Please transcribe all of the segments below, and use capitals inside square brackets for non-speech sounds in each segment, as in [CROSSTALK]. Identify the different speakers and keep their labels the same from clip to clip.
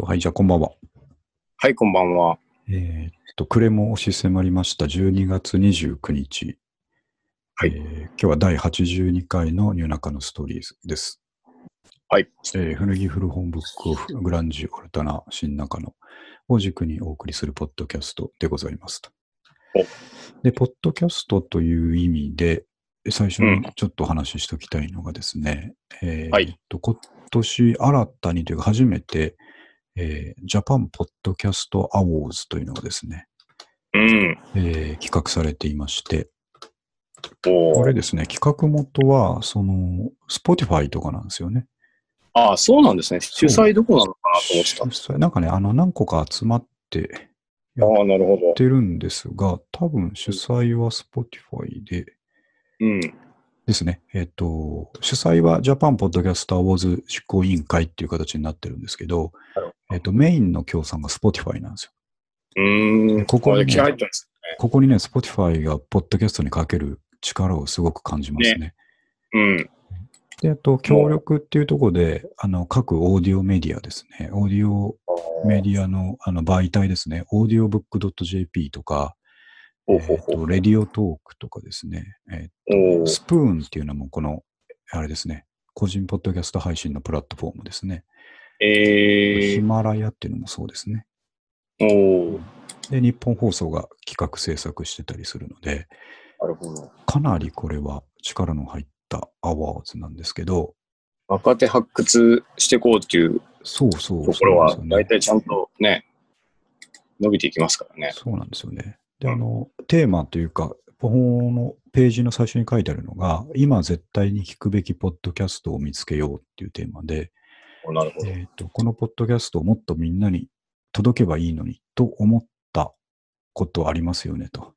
Speaker 1: はい、じゃあこんばんは。
Speaker 2: はい、こんばんは。
Speaker 1: えーっと、暮れも押し迫りました12月29日。
Speaker 2: はい
Speaker 1: えー今日は第82回の夜中のストーリーズです。
Speaker 2: はい。
Speaker 1: えー古着古本ブックオフ、グランジオルタナ、新中野を軸にお送りするポッドキャストでございますと
Speaker 2: お。
Speaker 1: で、ポッドキャストという意味で、最初
Speaker 2: う
Speaker 1: に
Speaker 2: ん
Speaker 1: ちょっとお話ししておきたいのがですね、えー
Speaker 2: はい
Speaker 1: えっと今年新たにというか初めて、えージャパンポッドキャストアワーズというのがですね、
Speaker 2: うん。
Speaker 1: えー企画されていまして、
Speaker 2: お
Speaker 1: これ
Speaker 2: ー
Speaker 1: ですね、企画元は、その、Spotify とかなんですよね。
Speaker 2: ああ、そうなんですね。
Speaker 1: う
Speaker 2: 主催どこなのかなと思ってた。
Speaker 1: 主催なんかね、あの、何個か集まって
Speaker 2: ああ、なるほど
Speaker 1: っ。てるんですが、多分主催は Spotify で、
Speaker 2: うん。
Speaker 1: ですね。えっ、と、主催はジャパンポッドキャストアワーズ執行委員会っていう形になってるんですけど
Speaker 2: なるほ、
Speaker 1: えっ、と、メインの協賛が Spotify なんですよ。
Speaker 2: うーん。
Speaker 1: ここに
Speaker 2: あ気合入ってます。
Speaker 1: ここにね、Spotify がポッドキャストにかける力をすごく感じますね。
Speaker 2: うん。
Speaker 1: で、あと、協力っていうところで、あの、各オーディオメディアですね。オーディオメディアのあの媒体ですね。オーディオブック .jp とか、
Speaker 2: お
Speaker 1: えっと、レディオトークとかですね。え
Speaker 2: おー
Speaker 1: スプーンっていうのも、この、あれですね。個人ポッドキャスト配信のプラットフォームですね。ヒ
Speaker 2: えー、
Speaker 1: マラヤっていうのもそうですね。
Speaker 2: おー
Speaker 1: で、日本放送が企画制作してたりするので、
Speaker 2: なるほど。
Speaker 1: かなりこれは力の入ったアワーズなんですけど、
Speaker 2: 若手発掘していこうっていう
Speaker 1: そうそう
Speaker 2: とこ
Speaker 1: そう
Speaker 2: ろ
Speaker 1: なんで
Speaker 2: は
Speaker 1: すよ、ね
Speaker 2: 大体ちゃんとね、伸びていきますからね。
Speaker 1: そうなんですよね。で、
Speaker 2: うん
Speaker 1: あの、テーマというか、このページの最初に書いてあるのが、今絶対に聞くべきポッドキャストを見つけようっていうテーマで、
Speaker 2: おなるほど。
Speaker 1: えっとこのポッドキャストをもっとみんなに届けばいいのにと思ったことありますよねと。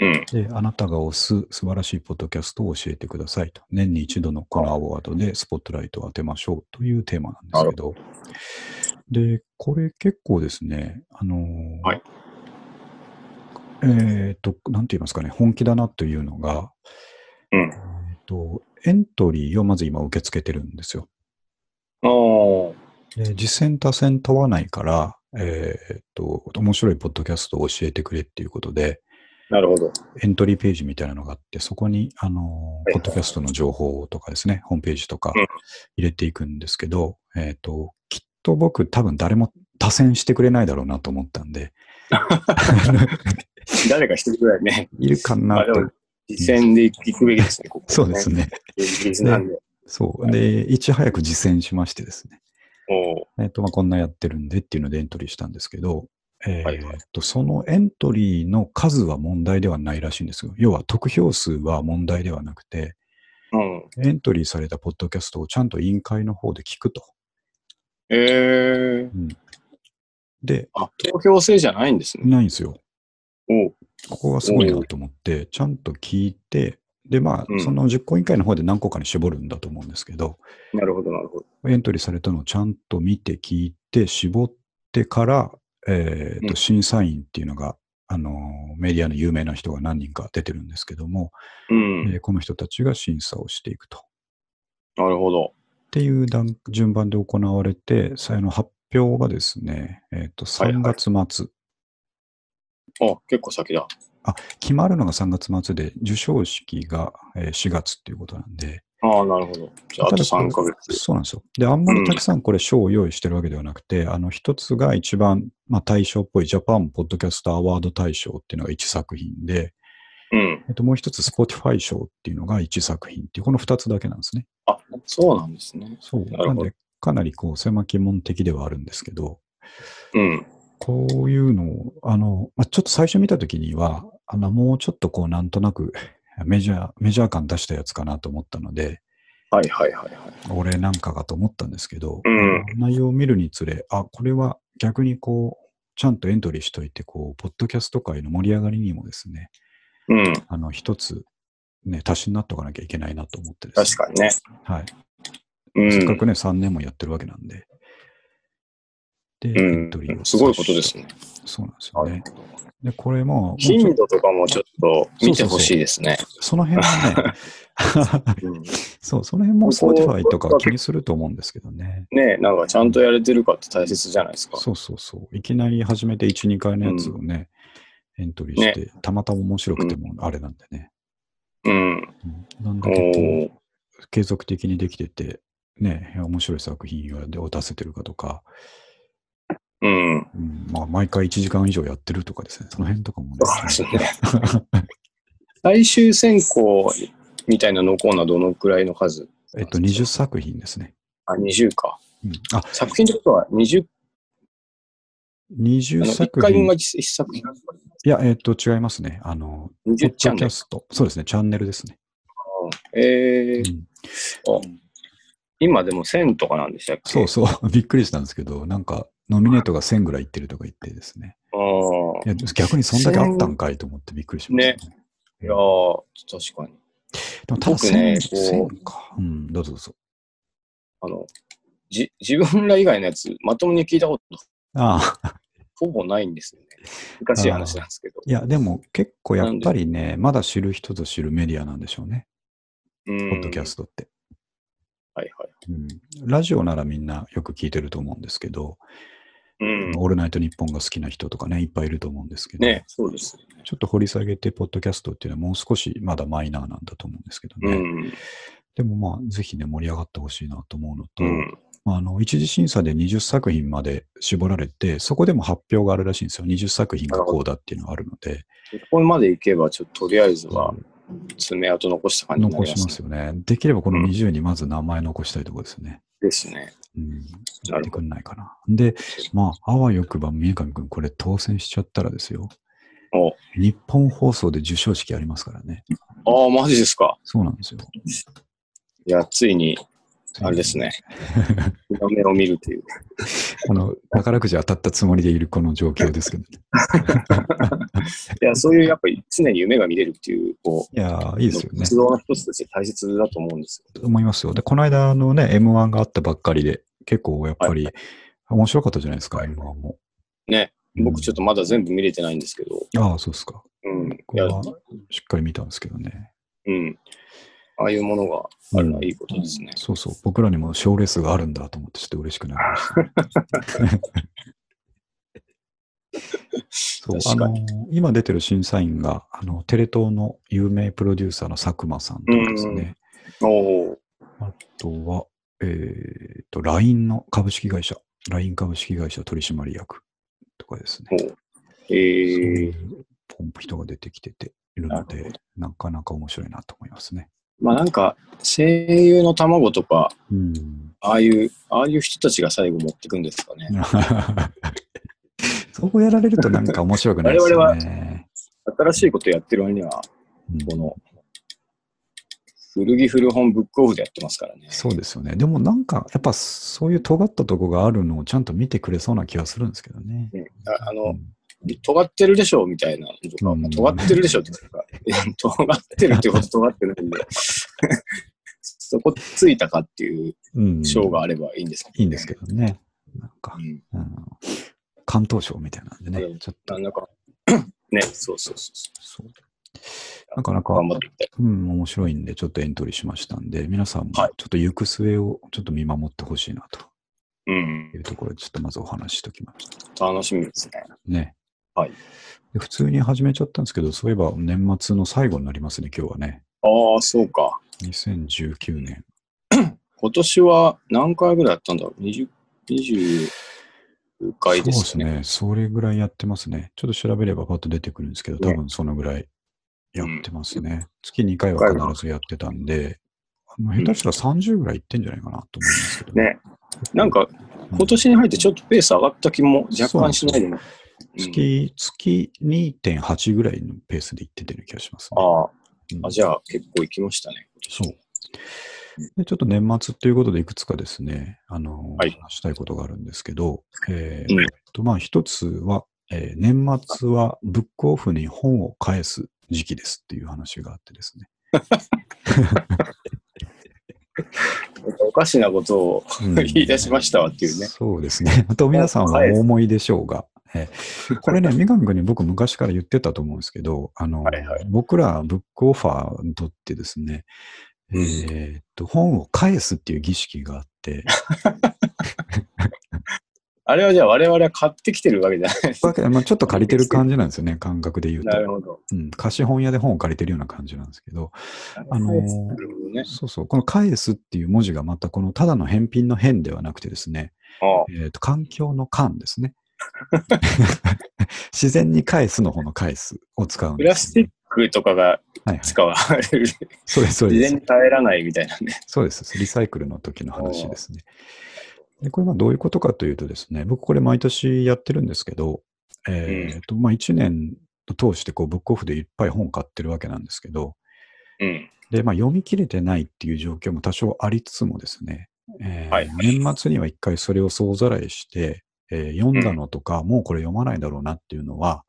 Speaker 2: うん。
Speaker 1: で、あなたが推す素晴らしいポッドキャストを教えてくださいと。年に一度のこのアワードでスポットライトを当てましょうというテーマなんですけど。で、これ結構ですね、あのー
Speaker 2: はい
Speaker 1: えっ、と、なんて言いますかね、本気だなというのが、
Speaker 2: うん
Speaker 1: えーと、エントリーをまず今受け付けてるんですよ。
Speaker 2: あー
Speaker 1: で実践多戦問わないから、えっと、面白いポッドキャストを教えてくれっていうことで、
Speaker 2: なるほど。
Speaker 1: エントリーページみたいなのがあって、そこに、あの
Speaker 2: は
Speaker 1: ー、
Speaker 2: い
Speaker 1: ポッドキャストの情報とかですね、ホームページとか
Speaker 2: うん
Speaker 1: 入れていくんですけど、えっ、と、きっと僕多分誰も多選してくれないだろうなと思ったんで、 [LAUGHS]
Speaker 2: 誰か一人ぐらいね、
Speaker 1: いるか
Speaker 2: ま
Speaker 1: な
Speaker 2: あ [LAUGHS] で
Speaker 1: と
Speaker 2: も。実践でいくべきですね、ここ、ね。
Speaker 1: そうですね。
Speaker 2: リスなんで。
Speaker 1: そう。で、いち早く実践しましてですね。
Speaker 2: おー
Speaker 1: えっ、と、まあ、こんなやってるんでっていうのでエントリーしたんですけど、え
Speaker 2: はいはい
Speaker 1: っと、そのエントリーの数は問題ではないらしいんですよ。要は、得票数は問題ではなくて、
Speaker 2: うん。
Speaker 1: エントリーされたポッドキャストをちゃんと委員会の方で聞くと。
Speaker 2: えー、
Speaker 1: で、
Speaker 2: あ、投票制じゃないんですね。
Speaker 1: ないんですよ。
Speaker 2: おう
Speaker 1: ここがすごいなと思って、ちゃんと聞いて、で、まあ、
Speaker 2: うん
Speaker 1: その実行委員会の方で何個かに絞るんだと思うんですけど、
Speaker 2: なるほど、なるほど。
Speaker 1: エントリーされたのをちゃんと見て聞いて、絞ってから、えーと
Speaker 2: うん
Speaker 1: 審査員っていうのが、あのーメディアの有名な人が何人か出てるんですけども、
Speaker 2: うん、
Speaker 1: えーこの人たちが審査をしていくと。
Speaker 2: なるほど。
Speaker 1: っていう段順番で行われて、さあの発表がですね、えーと
Speaker 2: はい
Speaker 1: 3
Speaker 2: はい
Speaker 1: 月末、
Speaker 2: あ、結構先だ。
Speaker 1: 決まるのが3月末で、受賞式がえー4月っていうことなんで、
Speaker 2: ああ、なるほど。じゃあ、あと3ヶ月。
Speaker 1: そうなんですよ。で、あんまりたくさんこれ賞を用意してるわけではなくて、あの、一つが一番、まあ、大賞っぽいジャパンポッドキャストアワード大賞っていうのが1作品で、
Speaker 2: うん。
Speaker 1: えっと、もう一つ Spotify 賞っていうのが1作品っていう、この2つだけなんですね。
Speaker 2: あ、そうなんですね。
Speaker 1: そう。
Speaker 2: なる
Speaker 1: な
Speaker 2: ほ
Speaker 1: ん
Speaker 2: ど
Speaker 1: で、かなりこう、狭き門的ではあるんですけど、
Speaker 2: うん。
Speaker 1: こういうのを、あの、まあ、ちょっと最初見たときには、あの、もうちょっとこう、なんとなく、メジャー、メジャー感出したやつかなと思ったので、
Speaker 2: はいはいはいはい。
Speaker 1: 俺なんかがと思ったんですけど、
Speaker 2: うん
Speaker 1: あの内容を見るにつれ、あ、これは逆にこう、ちゃんとエントリーしといて、こう、ポッドキャスト界の盛り上がりにもですね、
Speaker 2: うん。
Speaker 1: あの、一つ、ね、足しになっておかなきゃいけないなと思ってです、
Speaker 2: 確かにね。
Speaker 1: はい。
Speaker 2: う
Speaker 1: せっか
Speaker 2: ん。
Speaker 1: くね、3年もやってるわけなんで。で、
Speaker 2: う
Speaker 1: エン
Speaker 2: ん
Speaker 1: トリーを、
Speaker 2: すごいことですね。
Speaker 1: そうなんですよ
Speaker 2: なる
Speaker 1: ね。
Speaker 2: ほど
Speaker 1: で、これも、もうちょ
Speaker 2: 頻度とかもちょっと見てほしいですね。
Speaker 1: その辺
Speaker 2: [LAUGHS]
Speaker 1: はね、
Speaker 2: うん
Speaker 1: そう、その辺も
Speaker 2: そう
Speaker 1: Spotify とか気にすると思うんですけどね。
Speaker 2: ねなんかちゃんとやれてるかって大切じゃないですか。
Speaker 1: そうそうそう。いきなり始めて1、2回のやつをね、エントリーして、たまたま面白くてもあれなんでね。
Speaker 2: うん。
Speaker 1: うんなん
Speaker 2: お
Speaker 1: だけど、
Speaker 2: ー
Speaker 1: 継続的にできてて、ね、面白い作品を出せてるかとか、
Speaker 2: うん。
Speaker 1: うんまあ、毎回1時間以上やってるとかですね、その辺とかもね。
Speaker 2: そうですね。最終選考みたいなのコーナーどのくらいの数
Speaker 1: [LAUGHS] えっと、20作品ですね。
Speaker 2: あ、20か。
Speaker 1: うん、あ、
Speaker 2: 作品ってことは20、あの
Speaker 1: 20
Speaker 2: 1
Speaker 1: 作
Speaker 2: 回分
Speaker 1: 品。
Speaker 2: が
Speaker 1: い
Speaker 2: 1作品。
Speaker 1: や、えっと、違いますね。あの、ポッ
Speaker 2: 20チャ
Speaker 1: ド
Speaker 2: ン
Speaker 1: キ
Speaker 2: ネ
Speaker 1: ャ
Speaker 2: ル。
Speaker 1: スト。そうですね、チャンネルですね。
Speaker 2: えー、
Speaker 1: うん
Speaker 2: 今でも1000とかなんでしたっけ
Speaker 1: そうそう、 [LAUGHS] びっくりしたんですけど、なんか、ノミネートが1000ぐらいいってるとか言ってですね。
Speaker 2: う
Speaker 1: いや逆にそんだけあったんかいと思ってびっくりしましたね。
Speaker 2: ん。いやー、確かに。
Speaker 1: でもただ
Speaker 2: 僕ね
Speaker 1: 1000、
Speaker 2: こう
Speaker 1: 1000か。うん、どうぞどうぞ。
Speaker 2: あの、じ、自分ら以外のやつ、まともに聞いたこと
Speaker 1: あ [LAUGHS] あ、
Speaker 2: ほぼないんですよね。難しい話なんですけど。
Speaker 1: いや、でも結構やっぱりね、まだ知る人ぞ知るメディアなんでしょうね、
Speaker 2: う
Speaker 1: ポ
Speaker 2: ん。
Speaker 1: ッドキャストって。
Speaker 2: はいはい。
Speaker 1: うん、ラジオならみんなよく聞いてると思うんですけど、
Speaker 2: うん。
Speaker 1: オールナイトニッポンが好きな人とかね、いっぱいいると思うんですけど、
Speaker 2: ね、そうです。
Speaker 1: ちょっと掘り下げて、ポッドキャストっていうのはもう少しまだマイナーなんだと思うんですけど
Speaker 2: う
Speaker 1: ね。
Speaker 2: ん。
Speaker 1: でもまあ、ぜひね、盛り上がってほしいなと思うのと、
Speaker 2: うん。
Speaker 1: まああの一次審査で20作品まで絞られて、そこでも発表があるらしいんですよ。20作品がこうだっていうのがあるので、
Speaker 2: ここまで行けば、ちょっととりあえずは、爪痕残した感じにな
Speaker 1: 残
Speaker 2: りま
Speaker 1: し
Speaker 2: す,、
Speaker 1: ますよね。できればこの20にまず名前残したいところですね。
Speaker 2: ですね。
Speaker 1: うん。
Speaker 2: な
Speaker 1: やっ
Speaker 2: る
Speaker 1: て
Speaker 2: ほ
Speaker 1: くんないかな。で、まあ、あわよくば三上くん、これ当選しちゃったらですよ。
Speaker 2: お
Speaker 1: 日本放送で授賞式ありますからね。
Speaker 2: ど。ああ、マジですか。
Speaker 1: そうなんですよ。
Speaker 2: いや、ついに、あれですね。日の目を見るという。
Speaker 1: この宝くじ当たったつもりでいるこの状況ですけど、ね、
Speaker 2: いや、そういう、やっぱり常に夢が見れるっていう、こう、
Speaker 1: いやー、いいですよね
Speaker 2: 活。動の一つとして大切だと思うんですよ。
Speaker 1: 思いますよ。で、この間あのね、M1 があったばっかりで、結構やっぱり、面白かったじゃないですか、M1 も。
Speaker 2: ね、僕ちょっとまだ
Speaker 1: 部。
Speaker 2: 全部見れてないんですけど、
Speaker 1: ああ、そうですか。
Speaker 2: うん。い
Speaker 1: これ
Speaker 2: や、
Speaker 1: はしっかり見たんですけどね。
Speaker 2: うん。ああいうものがあるの
Speaker 1: う
Speaker 2: は
Speaker 1: ん
Speaker 2: いいことですね。
Speaker 1: そうそう、僕らにも賞レースがあるんだと思って、ちょっと嬉しくなりました。
Speaker 2: [LAUGHS]
Speaker 1: そうあ
Speaker 2: 確か
Speaker 1: の今出てる審査員があのテレ東の有名プロデューサーの佐久間さんとかですね、
Speaker 2: おお、
Speaker 1: あとは、えー、と LINE の株式会社 LINE 株式会社取締役とかですね
Speaker 2: おえ
Speaker 1: そうい
Speaker 2: ー、
Speaker 1: うポンプ人が出てきてているので、なかなか面白いなと思いますね。
Speaker 2: まあなんか、声優の卵とか、
Speaker 1: うん。
Speaker 2: ああいう、ああいう人たちが最後持ってくんですかね。
Speaker 1: そうやられるとなんか面白くないですよね。
Speaker 2: 新しいことやってる割には、
Speaker 1: うん
Speaker 2: この、古着古本ブックオフでやってますからね。
Speaker 1: そうですよね。でもなんか、やっぱそういう尖ったとこがあるのをちゃんと見てくれそうな気がするんですけどね。
Speaker 2: うんああ
Speaker 1: う
Speaker 2: の、
Speaker 1: ん
Speaker 2: 尖ってるでしょみたいなのとか、
Speaker 1: うん
Speaker 2: まあ尖ってるでしょっていうか、いや尖ってるってこと尖ってないんで、 [LAUGHS] そこついたかっていう
Speaker 1: うん
Speaker 2: 賞があればいいんですけど、
Speaker 1: いいんですけどね。なんか
Speaker 2: う、ん
Speaker 1: うん、関東賞みたいなんで
Speaker 2: う
Speaker 1: ね。
Speaker 2: ん
Speaker 1: ちょっ
Speaker 2: な
Speaker 1: と
Speaker 2: ん、だか、ね、そうそうそうそ
Speaker 1: そう。なかなか
Speaker 2: う。、頑張っていきたい。
Speaker 1: うん、面白いんで、ちょっとエントリーしましたんで、皆さんもちょ
Speaker 2: は
Speaker 1: っと行く末をちょっと見守ってほしいなと
Speaker 2: うん
Speaker 1: い。うところで、ちょっとまずお話ししときました。
Speaker 2: 楽しみですね。
Speaker 1: ね。
Speaker 2: はい
Speaker 1: で。普通に始めちゃったんですけど、そういえば年末の最後になりますね、今日はね。
Speaker 2: ああ、そうか。
Speaker 1: 2019年。
Speaker 2: 今年は何回ぐらいやったんだろう ?20、20回です
Speaker 1: そう
Speaker 2: よね。
Speaker 1: ですね。それぐらいやってますね。ちょっと調べればパッと出てくるんですけど、多
Speaker 2: ね
Speaker 1: 分そのぐらいやってますね。月2回は必ずやってたんで、あの
Speaker 2: ん
Speaker 1: 下手したら30ぐらいいってんじゃないかなと思いますけど。
Speaker 2: ねなんか、
Speaker 1: うん、
Speaker 2: 今年に入ってちょっとペース上がった気も若干しないでも。うん
Speaker 1: 月、月2.8ぐらいのペースでいっててる気がしますね。
Speaker 2: あ
Speaker 1: うん
Speaker 2: あ、あじゃあ結構行きましたね。
Speaker 1: そう。でちょっと年末ということで、いくつかですね、あの、
Speaker 2: はい
Speaker 1: 話したいことがあるんですけど、え
Speaker 2: うん
Speaker 1: ーとまあ、一つは、えー年末はブックオフに本を返す時期ですっていう話があってですね。
Speaker 2: おかしなことを
Speaker 1: うん
Speaker 2: [LAUGHS] 言い出しましたわっていう
Speaker 1: [LAUGHS]
Speaker 2: ね
Speaker 1: そうですね。あと皆さんはお思いでしょうが、ね。
Speaker 2: [LAUGHS]
Speaker 1: これね、三上君に僕昔から言ってたと思うんですけど、あの、
Speaker 2: はいはい
Speaker 1: 僕らブックオファーにとってですね、
Speaker 2: うん
Speaker 1: えーっと、本を返すっていう儀式があ
Speaker 2: [LAUGHS]
Speaker 1: って、
Speaker 2: あれはじゃあ我々は買ってきてるわけじゃな
Speaker 1: [LAUGHS]
Speaker 2: いです
Speaker 1: わけまあ、ちょっと借りてる感じなんですよね、感覚で言うと
Speaker 2: な。るほど。
Speaker 1: うん、貸本屋で本を借りてるような感じなんですけど、あのー
Speaker 2: なるほどね。
Speaker 1: そうそう、この返すっていう文字がまたこのただの返品の返ではなくてですね、
Speaker 2: ああ
Speaker 1: えーっと、環境の環ですね。 [LAUGHS] 自然に返すの方の返すを使うん
Speaker 2: プ
Speaker 1: で
Speaker 2: ラ
Speaker 1: す
Speaker 2: ス
Speaker 1: よね、
Speaker 2: チックとかが
Speaker 1: はいはい。
Speaker 2: 使われる。事
Speaker 1: そうです、そうで
Speaker 2: 前
Speaker 1: す
Speaker 2: に。耐えらないみたいなね。
Speaker 1: そうです。リサイクルの時の話ですね。でこれはどういうことかというとですね、僕これ毎年やってるんですけど、えーとまあ、1年を通してこうブックオフでいっぱい本買ってるわけなんですけど、
Speaker 2: うん。
Speaker 1: でまあ、読み切れてないっていう状況も多少ありつつもですね、えー
Speaker 2: はい
Speaker 1: 年末には一回それを総ざらいして、えー読んだのとか、もうこれ読まないだろうなっていうのは、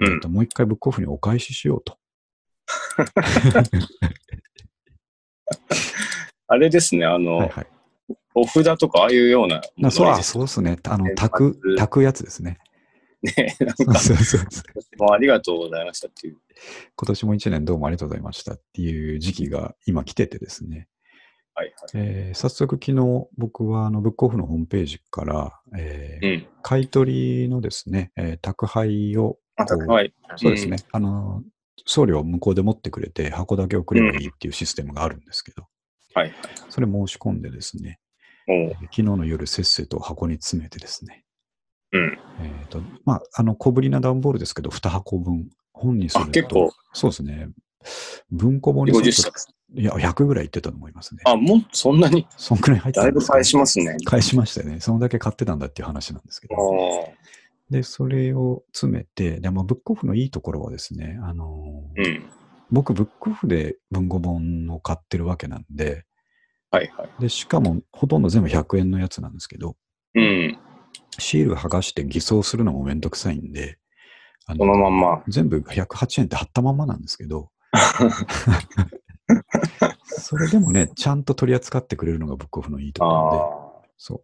Speaker 2: うん
Speaker 1: えーともう一回ブックオフにお返ししようと。
Speaker 2: あれですね、あの、
Speaker 1: はいはい、
Speaker 2: お札とかああいうようなも
Speaker 1: なそう
Speaker 2: の
Speaker 1: あ
Speaker 2: です
Speaker 1: そうですね。あの、
Speaker 2: 年末
Speaker 1: 炊く、炊くやつですね。
Speaker 2: ね。 [LAUGHS] なん
Speaker 1: そう
Speaker 2: か、
Speaker 1: そうそう。
Speaker 2: もうありがとうございましたっていう。
Speaker 1: 今年も一年どうもありがとうございましたっていう時期が今来ててですね、
Speaker 2: はいは
Speaker 1: えー早速昨日僕はあのブックオフのホームページから、えー
Speaker 2: い。うん。
Speaker 1: 買い取りのですね、えー宅配を、
Speaker 2: あ、
Speaker 1: こう
Speaker 2: 高い。
Speaker 1: そうですね、あの送料を向こうで持ってくれて箱だけ送ればいいっていうシステムがあるんですけど、
Speaker 2: はいはい。
Speaker 1: それ申し込んでですね、
Speaker 2: お
Speaker 1: え
Speaker 2: う
Speaker 1: ー昨日の夜せっせと箱に詰めてですね、
Speaker 2: うん。
Speaker 1: えーとまあ、あの小ぶりな段ボールですけど、2箱分、本にすると、
Speaker 2: あ結構
Speaker 1: そうですね、文庫本に
Speaker 2: 50
Speaker 1: する
Speaker 2: 冊
Speaker 1: と。いや、100ぐらいいってたと思いますね。
Speaker 2: あ、もうそんなに、
Speaker 1: そんくらい入って
Speaker 2: だ
Speaker 1: た
Speaker 2: い
Speaker 1: んで
Speaker 2: ぶ
Speaker 1: すけど
Speaker 2: 返しますね。
Speaker 1: 返しましたよね。そのだけ買ってたんだっていう話なんですけ
Speaker 2: あ
Speaker 1: ど。で、それを詰めて、でまあ、ブックオフのいいところはですね、あのー
Speaker 2: ーうん。
Speaker 1: 僕、ブックオフで文庫本を買ってるわけなんで、
Speaker 2: はいはい。
Speaker 1: で、しかもほとんど全部100円のやつなんですけど、
Speaker 2: うん。
Speaker 1: シール剥がして偽装するのもめんどくさいんで、あ
Speaker 2: そのまんま。
Speaker 1: 全部108円って貼ったまんまなんですけど、それでもね、ちゃんと取り扱ってくれるのがブックオフのいいところで、
Speaker 2: あ
Speaker 1: そう。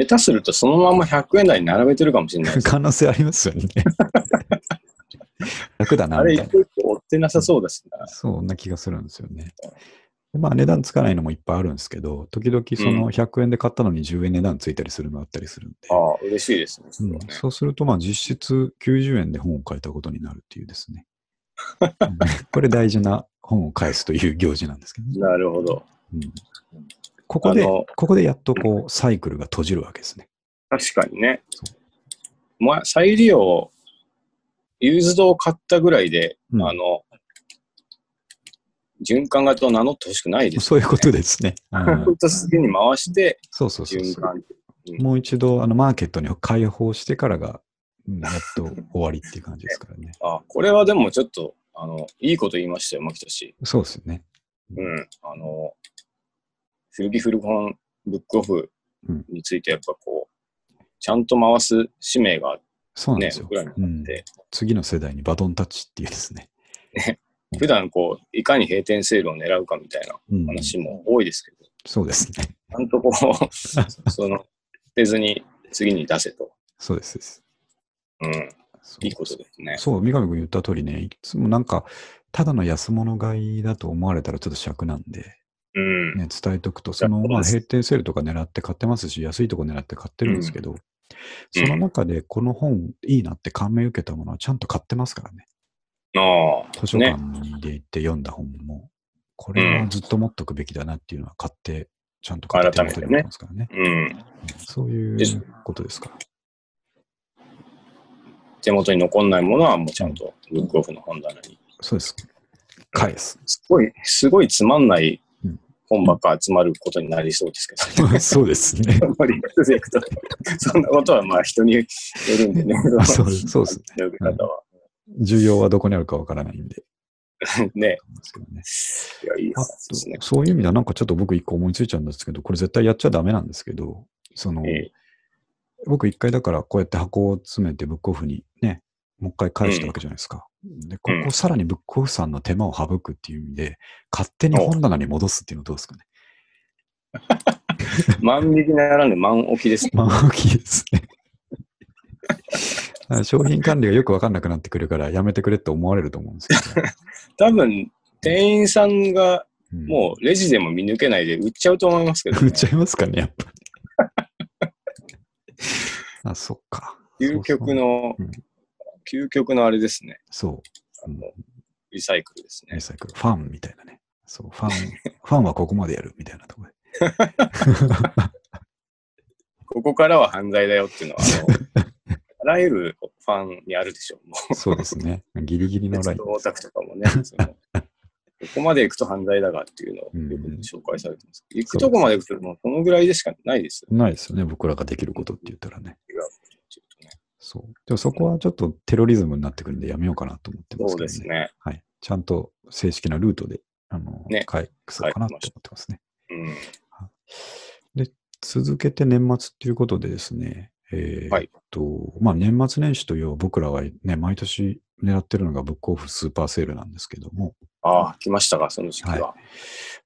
Speaker 2: あ。下手するとそのまま100円台に並べてるかもしれないです。
Speaker 1: 可能性ありますよね。楽だ [LAUGHS] な、
Speaker 2: あれ
Speaker 1: みたい
Speaker 2: 一個一個追ってなさそうだしな
Speaker 1: な。。そんな気がするんですよね。でまあ値段つかないのもいっぱいあるんですけど、時々その100円で買ったのに10円値段ついたりするのあったりするんで、
Speaker 2: ああ、嬉しいですね。それ
Speaker 1: う
Speaker 2: は
Speaker 1: ん
Speaker 2: ね
Speaker 1: そうするとまあ実質90円で本を買えたことになるっていうですね。うんこれ大事な本を返すという行事なんですけどね。
Speaker 2: なるほど。
Speaker 1: うんここで、
Speaker 2: あの
Speaker 1: ここでやっとこう、サイクルが閉じるわけですね。
Speaker 2: 確かにね
Speaker 1: そ。
Speaker 2: まあ、再利用、ユーズドを買ったぐらいで、
Speaker 1: うん
Speaker 2: あの、循環型を名乗ってほしくないです。
Speaker 1: そういうことですね。う
Speaker 2: [LAUGHS] ちょ
Speaker 1: ん
Speaker 2: っと次に回して、
Speaker 1: そうそうそう
Speaker 2: 循
Speaker 1: そう。
Speaker 2: 環。
Speaker 1: もう一度あのマーケットに開放してからが、うんやっと終わりっていう感じですからね。
Speaker 2: あこれはでもちょっと、あの、いいこと言いましたよ、牧田氏。
Speaker 1: そうですよね。
Speaker 2: うん。あの、古着古本ブックオフについて、やっぱこう、ちゃんと回す使命があっ
Speaker 1: そうなんで
Speaker 2: てね
Speaker 1: す、よ。
Speaker 2: 僕らに
Speaker 1: うん、
Speaker 2: て、
Speaker 1: 次の世代にバトンタッチっていうですね。
Speaker 2: 普段こう、いかに閉店セールを狙うかみたいな
Speaker 1: うん、
Speaker 2: 話も多いですけど、
Speaker 1: そうですね。
Speaker 2: ちゃんとこう、
Speaker 1: [LAUGHS]
Speaker 2: その、捨てずに次に出せと。
Speaker 1: そうですです。
Speaker 2: うん、
Speaker 1: そう
Speaker 2: いいことですね。
Speaker 1: そう、三上君言った通りね、いつもなんか、ただの安物買いだと思われたらちょっと尺なんで、
Speaker 2: うん。
Speaker 1: ね、伝えとくと、その、
Speaker 2: そうです
Speaker 1: まあ、閉店セールとか狙って買ってますし、安いとこ狙って買ってるんですけど、その中でこの本いいなって感銘受けたものはちゃんと買ってますからね。
Speaker 2: ああ、
Speaker 1: 図書
Speaker 2: ね
Speaker 1: 館。で行って読んだ本も、これはずっと持っとくべきだなっていうのは買って、ちゃんと買ってることになりますからね。
Speaker 2: うん。
Speaker 1: そういうことですから。
Speaker 2: 手元に残んないものはもうちゃんとブックオフの本棚に。
Speaker 1: そうです。返す。
Speaker 2: すごい、すごいつまんない
Speaker 1: うん
Speaker 2: 本ばっか集まることになり [LAUGHS] そうですけど、
Speaker 1: そうです [LAUGHS] ね。
Speaker 2: あんまりやっていくとそんなことはまあ人によるんでね。
Speaker 1: [LAUGHS] あそうそうですね
Speaker 2: やり方は。
Speaker 1: 需要はどこにあるかわからないんで。
Speaker 2: ね。
Speaker 1: ですけどね
Speaker 2: いや、いい
Speaker 1: あ
Speaker 2: 話ですね
Speaker 1: と。そういう意味では、なんかちょっと僕一個思いついちゃうんですけど、これ絶対やっちゃダメなんですけど、その、
Speaker 2: ええ
Speaker 1: 僕一回だからこうやって箱を詰めてブックオフにね、もう一回返したわけじゃないですか。で、こ
Speaker 2: う
Speaker 1: こ
Speaker 2: ん
Speaker 1: さらにブックオフさんの手間を省くっていう意味で、勝手に本棚に戻すっていうのはどうですかね。
Speaker 2: 万引きならぬ万置きですね。
Speaker 1: [LAUGHS] まあ、大きいですね。商品管理がよくわかんなくなってくるから、やめてくれって思われると思うんですけどね、
Speaker 2: 多分、店員さんが
Speaker 1: うん
Speaker 2: [LAUGHS] もうレジでも見抜けないで売っちゃうと思います
Speaker 1: [LAUGHS]
Speaker 2: けど、
Speaker 1: 売
Speaker 2: ね
Speaker 1: っ、ちゃいますかね、やっぱ [LAUGHS] り。あ、そっか。
Speaker 2: 究極の
Speaker 1: うん、
Speaker 2: 究極のあれですね。
Speaker 1: そう、
Speaker 2: あ
Speaker 1: うん
Speaker 2: のリサイクルですね
Speaker 1: リ。サイクル。ファンみたいなね。そう、ファン、ファンはここまでやるみたいなところで。
Speaker 2: ここからは犯罪だよっていうのは、
Speaker 1: [LAUGHS]
Speaker 2: あのあらゆるファンにあるでしょう。も [LAUGHS] う
Speaker 1: そうですね。ギリギリのライ
Speaker 2: 鉄
Speaker 1: ン
Speaker 2: 道。オタクとかも
Speaker 1: [LAUGHS]
Speaker 2: ね、そのここまで行くと犯罪だがっていうのをよく
Speaker 1: うん
Speaker 2: 紹介されてます。行くとこまで行くと、もうこのぐらいでしかないですよね。
Speaker 1: ないですよね。僕らができることって言ったらね。
Speaker 2: ちょっとね
Speaker 1: そう。でもそこはちょっとテロリズムになってくるんでやめようかなと思ってます
Speaker 2: そう
Speaker 1: けどね。
Speaker 2: ですね。
Speaker 1: はい。ちゃんと正式なルートで、あの、
Speaker 2: ね
Speaker 1: 回復するかなと思ってますね。
Speaker 2: うん。
Speaker 1: 続けて年末ということでですね、え
Speaker 2: は
Speaker 1: ーっ
Speaker 2: い
Speaker 1: と、まあ年末年始という僕らはね、毎年狙ってるのがブックオフスーパーセールなんですけども、
Speaker 2: ああ、来ましたか、その時期は。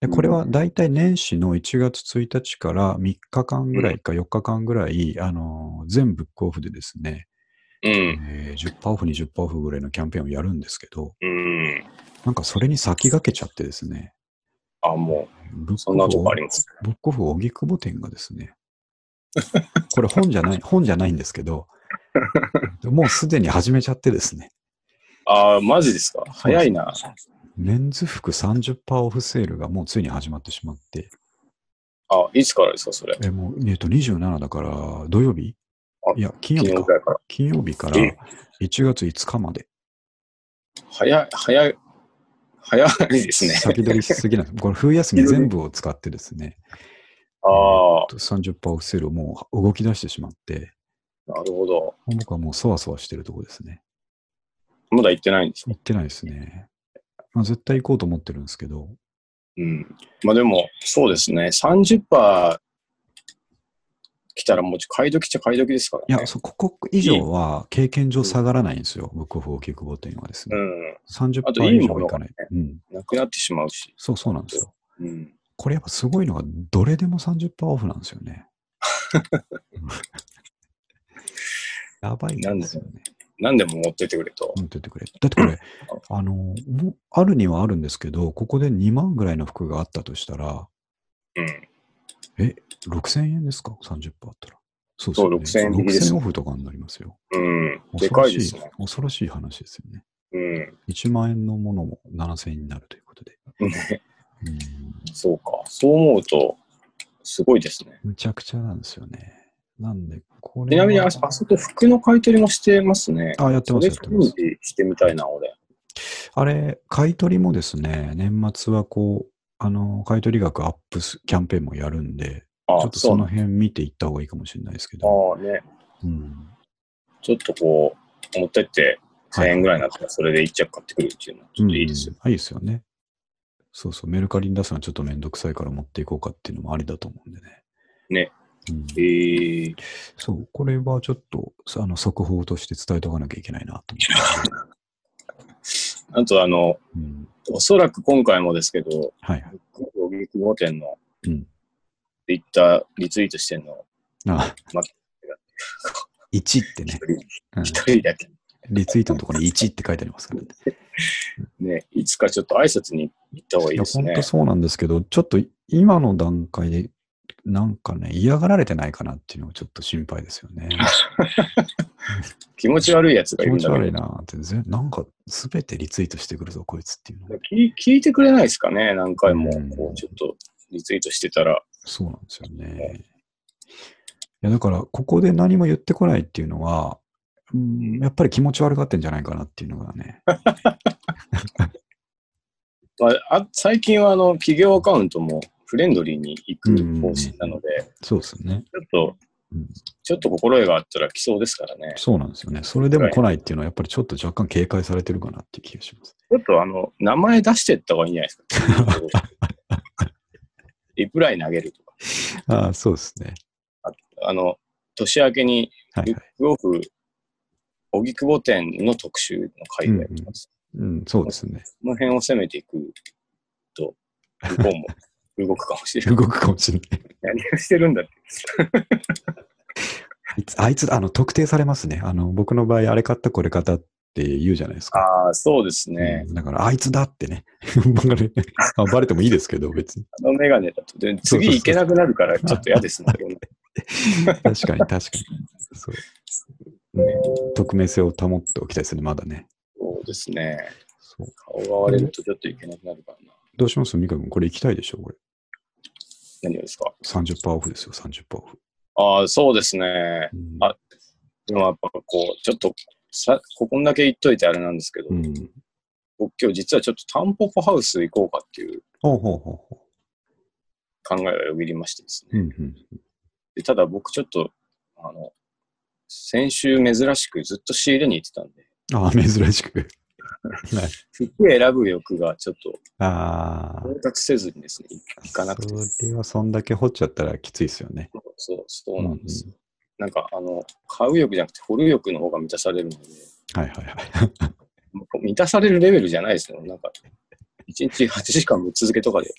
Speaker 1: でこれはだいたい年始の1月1日から3日間ぐらいか4日間ぐらい、あの、全ブックオフでですね、
Speaker 2: うん。
Speaker 1: えー10%オフ、20%オフぐらいのキャンペーンをやるんですけど、
Speaker 2: うん。
Speaker 1: なんかそれに先駆けちゃってですね、
Speaker 2: あも
Speaker 1: ブッ
Speaker 2: う、そんなと
Speaker 1: ク
Speaker 2: こ
Speaker 1: オ
Speaker 2: あ
Speaker 1: フ
Speaker 2: り、ます。
Speaker 1: ブックオフ荻窪店がですね、 [LAUGHS] これ本じゃない、本じゃないんですけど、もうすでに始めちゃってですね、
Speaker 2: ああ、マジですか。早いな。
Speaker 1: メンズ服30%オフセールがもうついに始まってしまって、
Speaker 2: あ、いつからですか、それ。
Speaker 1: えもう、えっと、27だから土曜日
Speaker 2: あ
Speaker 1: いや、金曜日
Speaker 2: 昨日
Speaker 1: か
Speaker 2: ぐ。らいから。
Speaker 1: 金曜日から1
Speaker 2: え
Speaker 1: 月5日まで
Speaker 2: 早い、早い、早いですね。 [LAUGHS]
Speaker 1: 先取りしすぎなんです。これ冬休み全部を使ってですね、
Speaker 2: ああ、
Speaker 1: 30%オフセールをもう動き出してしまって、
Speaker 2: なるほど。
Speaker 1: 僕はもうそわそわしてるところですね。
Speaker 2: まだ行ってないんですか
Speaker 1: 行ってないですね。まあ、絶対行こうと思ってるんですけど、
Speaker 2: うん。まあでも、そうですね。30%来たらもう買い時っちゃ買い時ですからね。
Speaker 1: いや、そここ以上は経験上下がらないんですよ、ブックオフ、キックボー店はです
Speaker 2: う
Speaker 1: ね。
Speaker 2: ん。
Speaker 1: 30%
Speaker 2: あといい
Speaker 1: 以上
Speaker 2: も
Speaker 1: はい
Speaker 2: の
Speaker 1: か
Speaker 2: が
Speaker 1: な
Speaker 2: ね
Speaker 1: い。うん。
Speaker 2: なくなってしまうし。
Speaker 1: そうそうなんですよ。
Speaker 2: うん。
Speaker 1: これやっぱすごいのが、どれでも30%オフなんですよね。やばいんですよね。
Speaker 2: 何でも持ってってくれと。
Speaker 1: 持ってってくれ。だってこれ、あの、もうあるにはあるんですけど、ここで2万ぐらいの服があったとしたら、
Speaker 2: うん。
Speaker 1: え、6000円ですか ?30% あったら。そう
Speaker 2: そう
Speaker 1: ですよね
Speaker 2: 6000円引きです
Speaker 1: 6000オフとかになりますよ。
Speaker 2: うん。で
Speaker 1: 恐
Speaker 2: か
Speaker 1: ろ
Speaker 2: い
Speaker 1: し
Speaker 2: ですね。
Speaker 1: 恐ろしい話ですよね。
Speaker 2: うん。
Speaker 1: 1万円のものも7000円になるということで。うん
Speaker 2: そうか。そう思うと、すごいですね。
Speaker 1: むちゃくちゃなんですよね。なんで、これは。
Speaker 2: ちなみに、ああそこ服の買い取りもしてますね。
Speaker 1: あやってます
Speaker 2: それチャレンジしてみたいな、俺。
Speaker 1: あれ、買い取りもですね、年末はこう、あの、買い取り額アップすキャンペーンもやるんで、
Speaker 2: あ
Speaker 1: ちょっとその辺見ていった方がいいかもしれないですけど。
Speaker 2: ああね、
Speaker 1: うん
Speaker 2: ちょっとこう、持ってって
Speaker 1: は
Speaker 2: 1000円ぐらいになったら、それで1着買ってくるっていうのは、ちょっといいですよ。
Speaker 1: うんあいいですよね。そうそう、メルカリに出すのはちょっとめんどくさいから持っていこうかっていうのもありだと思うんでね。
Speaker 2: ね
Speaker 1: うん
Speaker 2: えー、
Speaker 1: そう、これはちょっと、あの、速報として伝えておかなきゃいけないなと
Speaker 2: あと、あの、
Speaker 1: 思って。うん。
Speaker 2: おそらく今回もですけど、
Speaker 1: はいはい。
Speaker 2: 小木久保店の
Speaker 1: うん。
Speaker 2: ツイッターリツイートしてんの、
Speaker 1: あ
Speaker 2: まあ、
Speaker 1: 1ってね、うん
Speaker 2: 一人だけ。
Speaker 1: リツイートのところに1って書いてありますからね。
Speaker 2: ね、いつかちょっと挨拶に行った方がいい
Speaker 1: や、
Speaker 2: です
Speaker 1: 本
Speaker 2: ね
Speaker 1: 当。そうなんですけど、ちょっと今の段階で、なんかね、嫌がられてないかなっていうのがちょっと心配ですよね。
Speaker 2: 気持ち悪いやつが
Speaker 1: 気
Speaker 2: いる
Speaker 1: 持
Speaker 2: ん
Speaker 1: ち
Speaker 2: だけ
Speaker 1: 悪
Speaker 2: ど
Speaker 1: いなーって、ぜなんか全てリツイートしてくるぞ、こいつっていうの。
Speaker 2: 聞。聞いてくれないですかね、何回も
Speaker 1: うん、
Speaker 2: こう、ちょっとリツイートしてたら。
Speaker 1: そうなんですよね。いや、だから、ここで何も言ってこないっていうのは、うんやっぱり気持ち悪がってんじゃないかなっていうのがね。
Speaker 2: まあ、あ最近はあの企業アカウントもフレンドリーに行く方針なので、
Speaker 1: そうですね。
Speaker 2: ちょっと、
Speaker 1: うん
Speaker 2: ちょっと心得があったら来そうですからね。
Speaker 1: そうなんですよね。それでも来ないっていうのは、やっぱりちょっと若干警戒されてるかなっていう気がします。
Speaker 2: ちょっとあの、名前出してった方がいいんじゃないですか。 [LAUGHS] リプライ投げるとか。
Speaker 1: ああ、そうですね。
Speaker 2: あの、年明けに
Speaker 1: はい
Speaker 2: ブッ
Speaker 1: はい。
Speaker 2: クオフ、荻窪店の特集の会をやります。
Speaker 1: うん、そうですね。
Speaker 2: この辺を攻めていくと、向こうも動くかもしれな
Speaker 1: 動
Speaker 2: い。
Speaker 1: くかもしれない。
Speaker 2: 何をしてるんだって。
Speaker 1: いつ、あいつ、あの、特定されますね。あの、僕の場合、あれ買った、これ買ったって言うじゃないですか。
Speaker 2: ああ、そうですね。
Speaker 1: うんだから、あいつだってね。 [LAUGHS] バレあバレてもいいですけど、別に。
Speaker 2: あのメガネだと、で
Speaker 1: そうそう
Speaker 2: 次行けなくなるからちょっと嫌です [LAUGHS] ね。
Speaker 1: [LAUGHS] 確かに、確かに。そう。うん匿名性を保っておきたいですね、まだね。
Speaker 2: そうですね。
Speaker 1: そう
Speaker 2: 顔が割れるとちょっといけなくなるからな。
Speaker 1: どうしますミカ君、これ行きたいでしょこれ。
Speaker 2: 何がですか
Speaker 1: 30%オフですよ、30%オフ。
Speaker 2: ああ、そうですね。
Speaker 1: うん
Speaker 2: あでもやっぱこう、ちょっとさ、ここんだけ言っといてあれなんですけど、
Speaker 1: うん。
Speaker 2: 僕今日実はちょっとタンポポハウス行こうかっていう
Speaker 1: ほうほうほうほ
Speaker 2: 考えがよぎりましてですね。
Speaker 1: う。うんうん。
Speaker 2: でただ僕ちょっと、あの、先週珍しくずっと仕入れに行ってたんで、
Speaker 1: ああ、珍しく。
Speaker 2: 服選ぶ欲がちょっと
Speaker 1: ああ。
Speaker 2: 到達せずにですね、いいかなくて。
Speaker 1: それはそんだけ掘っちゃったらきついですよね。
Speaker 2: そう、そうなんですよ。
Speaker 1: う
Speaker 2: なんか、あの、買う欲じゃなくて掘る欲の方が満たされるので、
Speaker 1: はいはいはい。
Speaker 2: もう満たされるレベルじゃないですよ。なんか、1日8時間ぶっ続けとかで、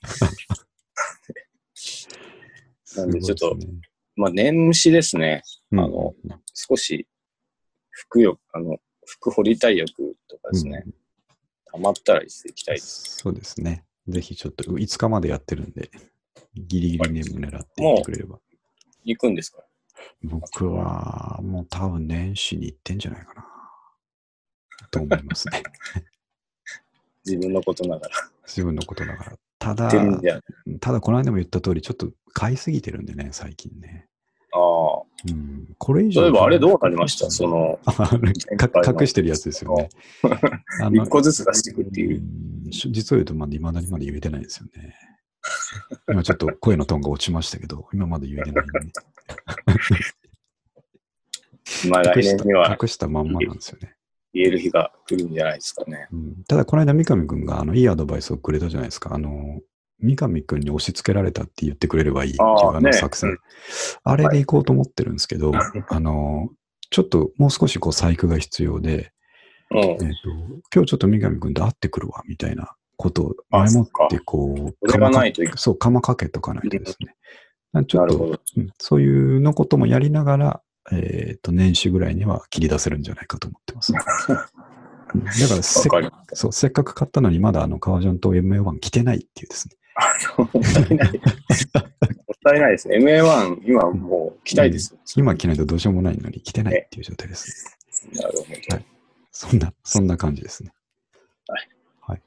Speaker 2: なんでちょっ
Speaker 1: すご
Speaker 2: と
Speaker 1: いですね、
Speaker 2: まあ、年虫ですね。
Speaker 1: うん
Speaker 2: あの、少し、服欲、あの、服掘りたい欲とかですね、
Speaker 1: うん
Speaker 2: 溜まったら行きたいです。
Speaker 1: そうですね。ぜひちょっと5日までやってるんで、ギリギリネーム狙っていってくれれば。
Speaker 2: 行くんですか
Speaker 1: 僕はもう多分年始に行ってんじゃないかな。と思います
Speaker 2: [LAUGHS]
Speaker 1: ね。
Speaker 2: 自分のことながら。
Speaker 1: 自分のことだから。た
Speaker 2: 行
Speaker 1: だ
Speaker 2: って、るんじゃ。あ
Speaker 1: ただこの間も言った通り、ちょっと買いすぎてるんでね、最近ね。
Speaker 2: あ。
Speaker 1: うん、これ以上。
Speaker 2: 例えばあれどうなり
Speaker 1: [LAUGHS]
Speaker 2: ましたその、
Speaker 1: あか隠してるやつですよね。あの
Speaker 2: 一個ずつ出していくっていう。
Speaker 1: うんし実を言うと、まだ未だにまだ言えてないんですよね。今ちょっと声のトーンが落ちましたけど、今まだ言えてないんでね、
Speaker 2: ま [LAUGHS] あ来
Speaker 1: 隠
Speaker 2: 年
Speaker 1: し
Speaker 2: には
Speaker 1: た隠したまんまなんですよね。
Speaker 2: 言える日が来るんじゃないですかね。
Speaker 1: うんただ、この間、三上君があのいいアドバイスをくれたじゃないですか。あの三上君に押し付けられたって言ってくれればいいっていう
Speaker 2: あー
Speaker 1: あの
Speaker 2: ね
Speaker 1: 作戦。
Speaker 2: うん
Speaker 1: あれで行こうと思ってるんですけど、あのちょっともう少しこう細工が必要で、
Speaker 2: うん
Speaker 1: え。っと今日ちょっと三上君と会ってくるわみたいなことを
Speaker 2: あ
Speaker 1: 前もっ
Speaker 2: そっか
Speaker 1: てこう、
Speaker 2: それがないとい
Speaker 1: かそう、かまかけとかないとですね。なんかちょ
Speaker 2: な
Speaker 1: っ
Speaker 2: る
Speaker 1: と
Speaker 2: ほ、ど。
Speaker 1: うんそういうのこともやりながら、えっ、と、年始ぐらいには切り出せるんじゃないかと思って
Speaker 2: [LAUGHS]
Speaker 1: ます。うんだからせ
Speaker 2: わ
Speaker 1: っ
Speaker 2: かり
Speaker 1: そう、せっかく買ったのにまだあの革ジャンと MA1 着てないっていうですね。
Speaker 2: もったいない。もったいないですね。MA1、今もう着たいですよ。
Speaker 1: 今着ないとどうしようもないのに着てないっていう状態ですね。
Speaker 2: なるほど。
Speaker 1: そんな、そんな感じですね。
Speaker 2: は
Speaker 1: はい。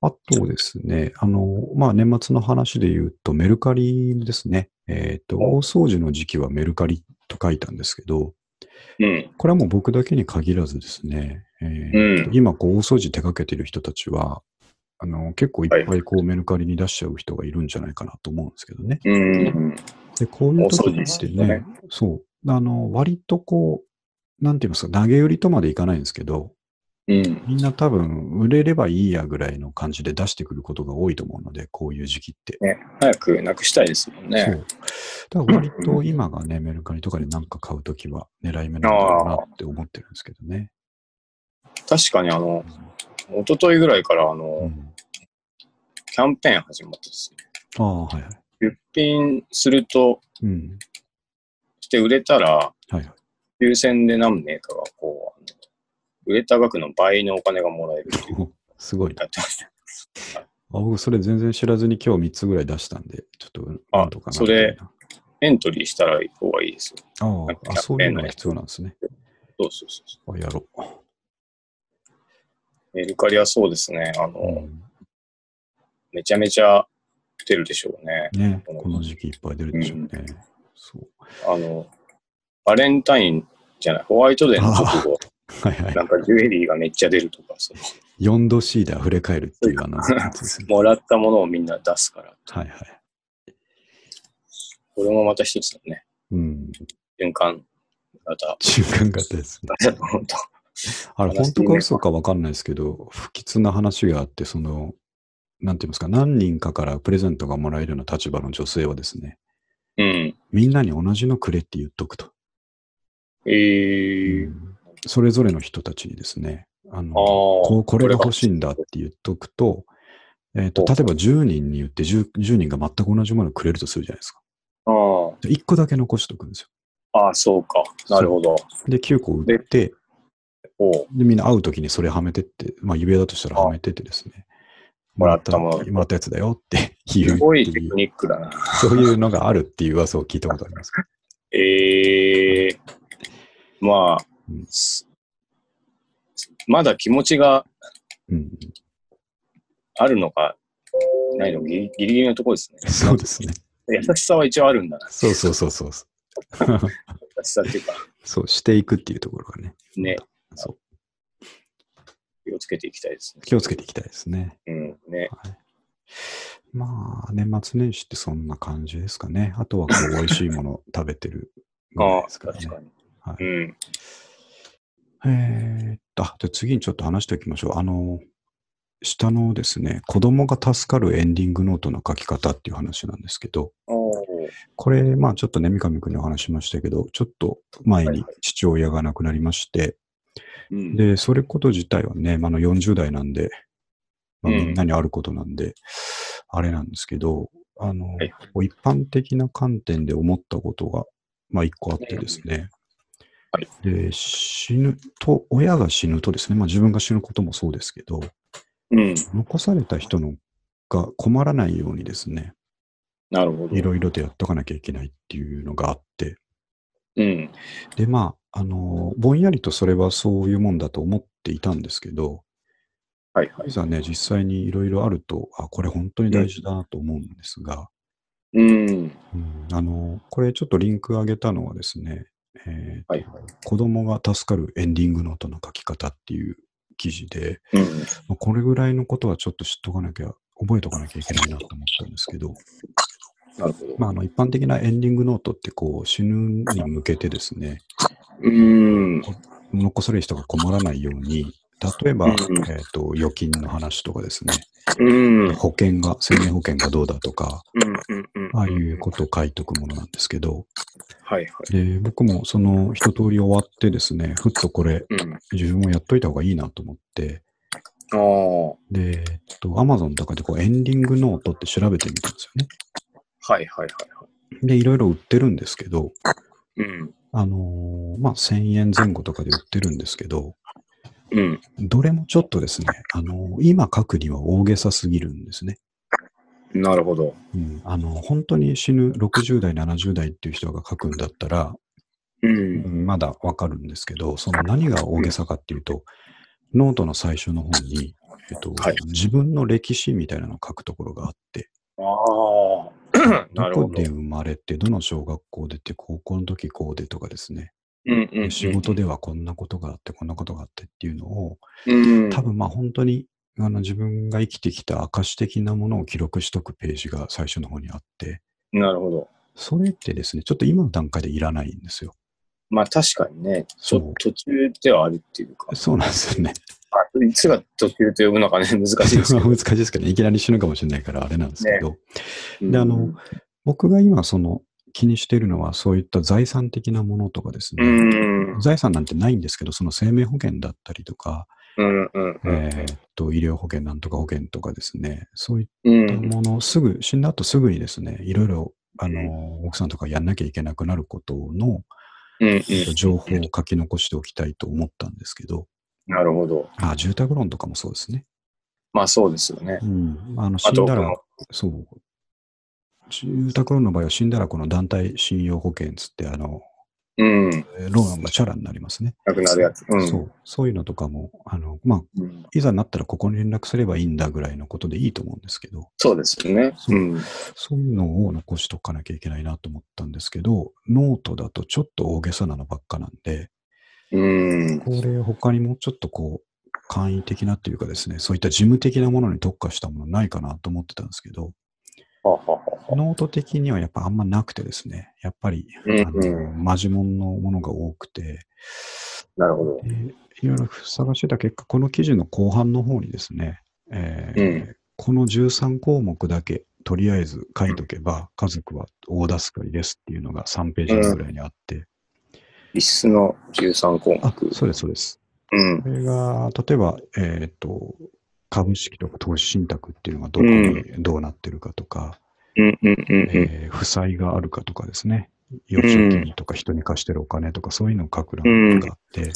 Speaker 1: あとですね、あの、まあ、年末の話で言うと、メルカリですね。えっ、と、
Speaker 2: お
Speaker 1: 大掃除の時期はメルカリと書いたんですけど、
Speaker 2: うん。
Speaker 1: これはもう僕だけに限らずですね、えーと
Speaker 2: う
Speaker 1: 今こう大掃除手掛けてる人たちは、あの結構いっぱいこうメルカリに出しちゃう人がいるんじゃないかなと思うんですけどね。
Speaker 2: うん。
Speaker 1: で、こういう時
Speaker 2: 大掃除で
Speaker 1: っ
Speaker 2: す
Speaker 1: て
Speaker 2: よ
Speaker 1: ね
Speaker 2: ね、
Speaker 1: そう、あの割とこう、なんて言いますか、投げ売りとまでいかないんですけど、
Speaker 2: うん。
Speaker 1: みんな多分売れればいいやぐらいの感じで出してくることが多いと思うので、こういう時期って。
Speaker 2: 早くなくしたいですもん
Speaker 1: そ
Speaker 2: ね。
Speaker 1: う。だから割と今がね、メルカリとかで何か買うときは狙い目なんだろうなって思ってるんですけどね。
Speaker 2: 確かにあの、一昨日ぐらいからあ
Speaker 1: う
Speaker 2: の、
Speaker 1: ん、
Speaker 2: キャンペーン始まってですね。
Speaker 1: ああ、はいはい。
Speaker 2: 出品すると、
Speaker 1: うん。
Speaker 2: して売れたら、
Speaker 1: はい [LAUGHS] はい。
Speaker 2: 抽選で何名かがこう、あの売れた額の倍のお金がもらえるっていう。
Speaker 1: すごいな。
Speaker 2: やってました
Speaker 1: あ僕、それ全然知らずに今日3つぐらい出したんで、ちょっと、
Speaker 2: あ
Speaker 1: なんとかな
Speaker 2: それ
Speaker 1: みたいな。
Speaker 2: [LAUGHS] エントリーしたら方がいいですよ。
Speaker 1: あー
Speaker 2: なんか
Speaker 1: あ、
Speaker 2: キャンペーン
Speaker 1: そういうのが必要なんですね。
Speaker 2: そうそうそうそ
Speaker 1: あやろ
Speaker 2: う。メルカリはそうですね。あの、
Speaker 1: う。うん
Speaker 2: めちゃめちゃ出るでしょうね。
Speaker 1: ね、この時期いっぱい出るでしょうね。そう。
Speaker 2: あの、バレンタインじゃない、ホワイトデーの直
Speaker 1: [LAUGHS]
Speaker 2: 後、
Speaker 1: はいはい
Speaker 2: な。んかジュエリーがめっちゃ出るとか、その
Speaker 1: 4度 C で溢れ返るっていうあのやつですね。
Speaker 2: もらったものをみんな出すから、
Speaker 1: はいはい。
Speaker 2: これもまた一つのね、
Speaker 1: うん。
Speaker 2: 循環
Speaker 1: [LAUGHS]
Speaker 2: 型
Speaker 1: 中間型ですね。
Speaker 2: だと思うと。
Speaker 1: あれ、
Speaker 2: 話
Speaker 1: 本
Speaker 2: して
Speaker 1: 当
Speaker 2: いいね
Speaker 1: か嘘か分かんないですけど、不吉な話があって、その、なんて言いますか、何人かからプレゼントがもらえるような立場の女性はですね、
Speaker 2: うん。
Speaker 1: みんなに同じのくれって言っとくと。
Speaker 2: えー、
Speaker 1: それぞれの人たちにですね、あの
Speaker 2: ああ
Speaker 1: ここれが欲しいんだって言っとくと、えっと例えば10人に言って 10, 10人が全く同じものをくれるとするじゃないですか。
Speaker 2: ああ、
Speaker 1: 1個だけ残しとくんですよ。
Speaker 2: ああ、そうか。なるほど。
Speaker 1: で、9個売って、
Speaker 2: おう
Speaker 1: で、みんな会うときにそれはめてって、まあ、指輪だとしたらはめてってですね。
Speaker 2: もらったもの
Speaker 1: もらったやつだよって [LAUGHS] 言う
Speaker 2: す
Speaker 1: っ
Speaker 2: ごい
Speaker 1: て
Speaker 2: テ
Speaker 1: い
Speaker 2: ク
Speaker 1: う、
Speaker 2: ニックだな。
Speaker 1: そういうのがあるっていう噂を聞いたことあります。
Speaker 2: ええまあ
Speaker 1: うん、
Speaker 2: すまだ気持ちが
Speaker 1: うん、
Speaker 2: あるのか、ないのかギリギリのところですね。
Speaker 1: そうですね。
Speaker 2: 優しさは一応あるんだな。
Speaker 1: そうそうそうそう。
Speaker 2: 優しさっていうか、
Speaker 1: そう、していくっていうところがね。
Speaker 2: ね、
Speaker 1: そう。
Speaker 2: 気をつけていきたいですね。
Speaker 1: 気をつけていきたいですね。
Speaker 2: うん、ね。
Speaker 1: はい、まあ、年末年始ってそんな感じですかね。あとはこう、美味しいもの食べてるぐら
Speaker 2: あ
Speaker 1: い
Speaker 2: あ、
Speaker 1: ですからね
Speaker 2: 確。かに。
Speaker 1: はい
Speaker 2: うん。
Speaker 1: えーっと、あ、じゃあ次にちょっと話しておきましょう。あの、下のですね、子供が助かるエンディングノートの書き方っていう話なんですけど、
Speaker 2: おー
Speaker 1: これ、まあちょっとね、三上くんにお話しましたけど、ちょっと前
Speaker 2: はい
Speaker 1: に
Speaker 2: はい
Speaker 1: 父親が亡くなりまして、
Speaker 2: うん、
Speaker 1: で、それこと自体はね、まあ、あの40代なんで、まあ、
Speaker 2: うん
Speaker 1: みんなにあることなんで、あれなんですけど、あの、
Speaker 2: はい
Speaker 1: こう一般的な観点で思ったことが、まあ、一個あってですね、
Speaker 2: はい
Speaker 1: で、死ぬと、親が死ぬとですね、まあ、自分が死ぬこともそうですけど、
Speaker 2: うん。
Speaker 1: 残された人のが困らないようにですね、
Speaker 2: なるほど。
Speaker 1: いろいろとやっとかなきゃいけないっていうのがあって、
Speaker 2: うん。
Speaker 1: で、まあ、あの、ぼんやりとそれはそういうもんだと思っていたんですけど、
Speaker 2: はいはい
Speaker 1: い。ざね、実際にいろいろあると、あ、これ本当に大事だなと思うんですが、
Speaker 2: うん。
Speaker 1: うんあの、これちょっとリンク上げたのはですね、えー
Speaker 2: はいはい。
Speaker 1: 子供が助かるエンディングノートの書き方っていう記事で、
Speaker 2: うん。
Speaker 1: まあこれぐらいのことはちょっと知っとかなきゃ、覚えとかなきゃいけないなと思ったんですけど、
Speaker 2: なるほど。
Speaker 1: まあ、あの一般的なエンディングノートってこう死ぬに向けてですね、
Speaker 2: うん。
Speaker 1: 残される人が困らないように、例えば、
Speaker 2: うん
Speaker 1: えー、と預金の話とかですね、
Speaker 2: うん。うん。
Speaker 1: 保険が、生命保険がどうだとか、
Speaker 2: うん。うん。
Speaker 1: ああいうことを書いとくものなんですけど、
Speaker 2: はいはい。
Speaker 1: で僕もその一通り終わってですね、ふっとこれ、
Speaker 2: うん。あ
Speaker 1: 自分もやっといた方がいいなと思って、
Speaker 2: あー。
Speaker 1: で、えっと、Amazon の中でこうエンディングノートって調べてみたんですよね。
Speaker 2: はいはいはいは
Speaker 1: で、いろいろ売ってるんですけど、
Speaker 2: い。うん。
Speaker 1: あのーまあ、1000円前後とかで売ってるんですけど、
Speaker 2: うん。
Speaker 1: どれもちょっとですね、あのー今書くには大げさすぎるんですね。
Speaker 2: なるほど。
Speaker 1: うん、あの本当に死ぬ60代、70代っていう人が書くんだったら、
Speaker 2: うん。
Speaker 1: まだわかるんですけど、その何が大げさかっていうと、ノートの最初の方に、えっと
Speaker 2: はい
Speaker 1: 自分の歴史みたいなのを書くところがあって、
Speaker 2: ああ。 [CLEARS THROAT] なる
Speaker 1: ど
Speaker 2: ほ
Speaker 1: こ
Speaker 2: ど
Speaker 1: で。生まれて、どの小学校出て、高校の時こうでとかですね、
Speaker 2: うんうんう
Speaker 1: で
Speaker 2: ん。
Speaker 1: 仕事ではこんなことがあって、こんなことがあってっていうのを、
Speaker 2: うん。
Speaker 1: 多分まあ本当にあの自分が生きてきた証的なものを記録しとくページが最初の方にあって、
Speaker 2: なるほど。
Speaker 1: それってですね、ちょっと今の段階でいらないんですよ。
Speaker 2: まあ確かにね、ち
Speaker 1: そ
Speaker 2: ょ
Speaker 1: う
Speaker 2: 途中ではあるっていうか、
Speaker 1: そうなんですよね。
Speaker 2: あいつが途中と呼ぶのかね、難しいですけ
Speaker 1: [LAUGHS]
Speaker 2: ど。
Speaker 1: 難しいですけどね、いきなり死ぬかもしれないからあれなんですけど、 [LAUGHS] であの
Speaker 2: うん
Speaker 1: 僕が今その気にしているのはそういった財産的なものとかです
Speaker 2: う
Speaker 1: ね、
Speaker 2: ん。
Speaker 1: 財産なんてないんですけど、その生命保険だったりとか、
Speaker 2: うんうんうん
Speaker 1: えーっと、医療保険なんとか保険とかですね、そういっ
Speaker 2: う
Speaker 1: た
Speaker 2: ん。
Speaker 1: ものをすぐ、死んだ後すぐにですね、いろいろ、あの、奥さんとかやんなきゃいけなくなることの
Speaker 2: うんうん
Speaker 1: えっと情報を書き残しておきたいと思ったんですけど、
Speaker 2: なるほど。
Speaker 1: あ、住宅ローンとかもそうですね。
Speaker 2: まあそうですよね
Speaker 1: う。ん。あの、死
Speaker 2: あ
Speaker 1: ん
Speaker 2: と、
Speaker 1: だ
Speaker 2: こ
Speaker 1: ら
Speaker 2: の、
Speaker 1: そう。住宅ローンの場合は死んだらこの団体信用保険つって、あの、
Speaker 2: うん。
Speaker 1: ローンがチャラになりますね。
Speaker 2: なくなるやつ。うん。
Speaker 1: そう。そういうのとかも、あの、まあ、
Speaker 2: うん
Speaker 1: いざなったらここに連絡すればいいんだぐらいのことでいいと思うんですけど、
Speaker 2: そうですよね。
Speaker 1: そう
Speaker 2: うん。
Speaker 1: そういうのを残しとかなきゃいけないなと思ったんですけど、ノートだとちょっと大げさなのばっかなんで、
Speaker 2: うん。
Speaker 1: これ他にもうちょっとこう、簡易的なっていうかですね、そういった事務的なものに特化したものないかなと思ってたんですけど、
Speaker 2: はははは。
Speaker 1: ノート的にはやっぱあんまなくてですね、やっぱり、
Speaker 2: うんうん
Speaker 1: あのマジモンのものが多くて、
Speaker 2: なるほど。
Speaker 1: でいろいろ探してた結果、この記事の後半の方にですね、えーこの13項目だけとりあえず書いとけば、家族は大助かりですっていうのが3ページ目ぐらいにあって、
Speaker 2: 必須の13項
Speaker 1: あ
Speaker 2: 目、。
Speaker 1: そうです、そうです。
Speaker 2: うん。
Speaker 1: これが、例えば、えーっと、株式とか投資信託っていうのがどこにどうなってるかとか、
Speaker 2: うんうんうんうん。
Speaker 1: えー負債があるかとかですね、幼少期とか人に貸してるお金とかそういうのを書く欄があって、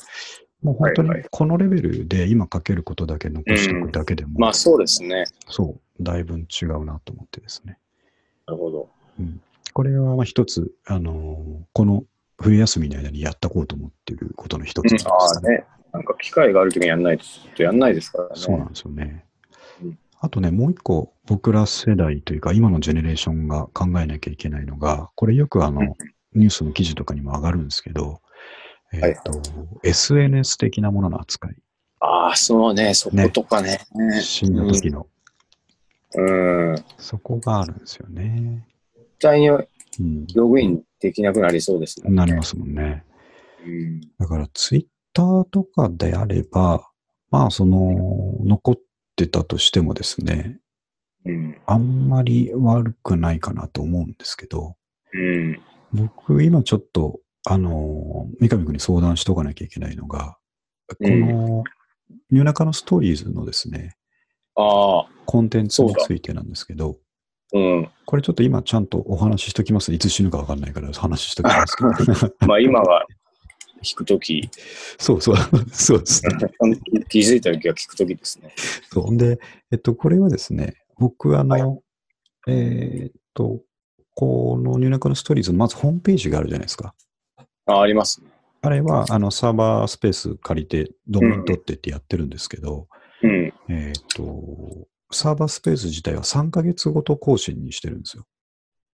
Speaker 1: もう本当にこのレベルで今書けることだけ残しておくだけでも、
Speaker 2: まあそうですね。
Speaker 1: そう、だいぶ違うなと思ってですね。
Speaker 2: なるほど。
Speaker 1: うん、これは一つ、あのーこの冬休みの間にやったこうと思っていることの一つなんです、
Speaker 2: ね、ああね、なんか機会があるときにやんないと、ちょっとやんないですからね。
Speaker 1: そうなんですよね。あとね、もう一個、僕ら世代というか、今のジェネレーションが考えなきゃいけないのが、これよくあの、ニュースの記事とかにも上がるんですけど、えっ、ー、と、はい、SNS 的なものの扱い。
Speaker 2: ああ、そうね、そことかね。ね
Speaker 1: 死んだ時の、
Speaker 2: うん。うん。
Speaker 1: そこがあるんですよね。
Speaker 2: 絶対にログインできなくなりそうですね。
Speaker 1: うん、なりますもんね。うん、だから、ツイッターとかであれば、まあ、その、残ってたとしてもですね、
Speaker 2: うん、
Speaker 1: あんまり悪くないかなと思うんですけど、
Speaker 2: うん、
Speaker 1: 僕、今ちょっと、あの、三上君に相談しておかなきゃいけないのが、この、夜中のストーリーズのですね、
Speaker 2: ああ。
Speaker 1: コンテンツについてなんですけど、
Speaker 2: うん、
Speaker 1: これちょっと今ちゃんとお話ししときます。いつ死ぬか分かんないから話しときますけ [LAUGHS] ど。
Speaker 2: まあ今は聞くとき。
Speaker 1: そうそう、そうですね。
Speaker 2: 気づいたときは聞くときですね。
Speaker 1: そう。で、えっと、これはですね、僕あの、はい、えー、っと、この入学のストーリーズのまずホームページがあるじゃないですか。
Speaker 2: あ、ありますね。
Speaker 1: あれはあのサーバースペース借りて、ドメイン取ってってやってるんですけど、
Speaker 2: うん、
Speaker 1: えー、っと、サーバースペース自体は3ヶ月ごと更新にしてるんですよ。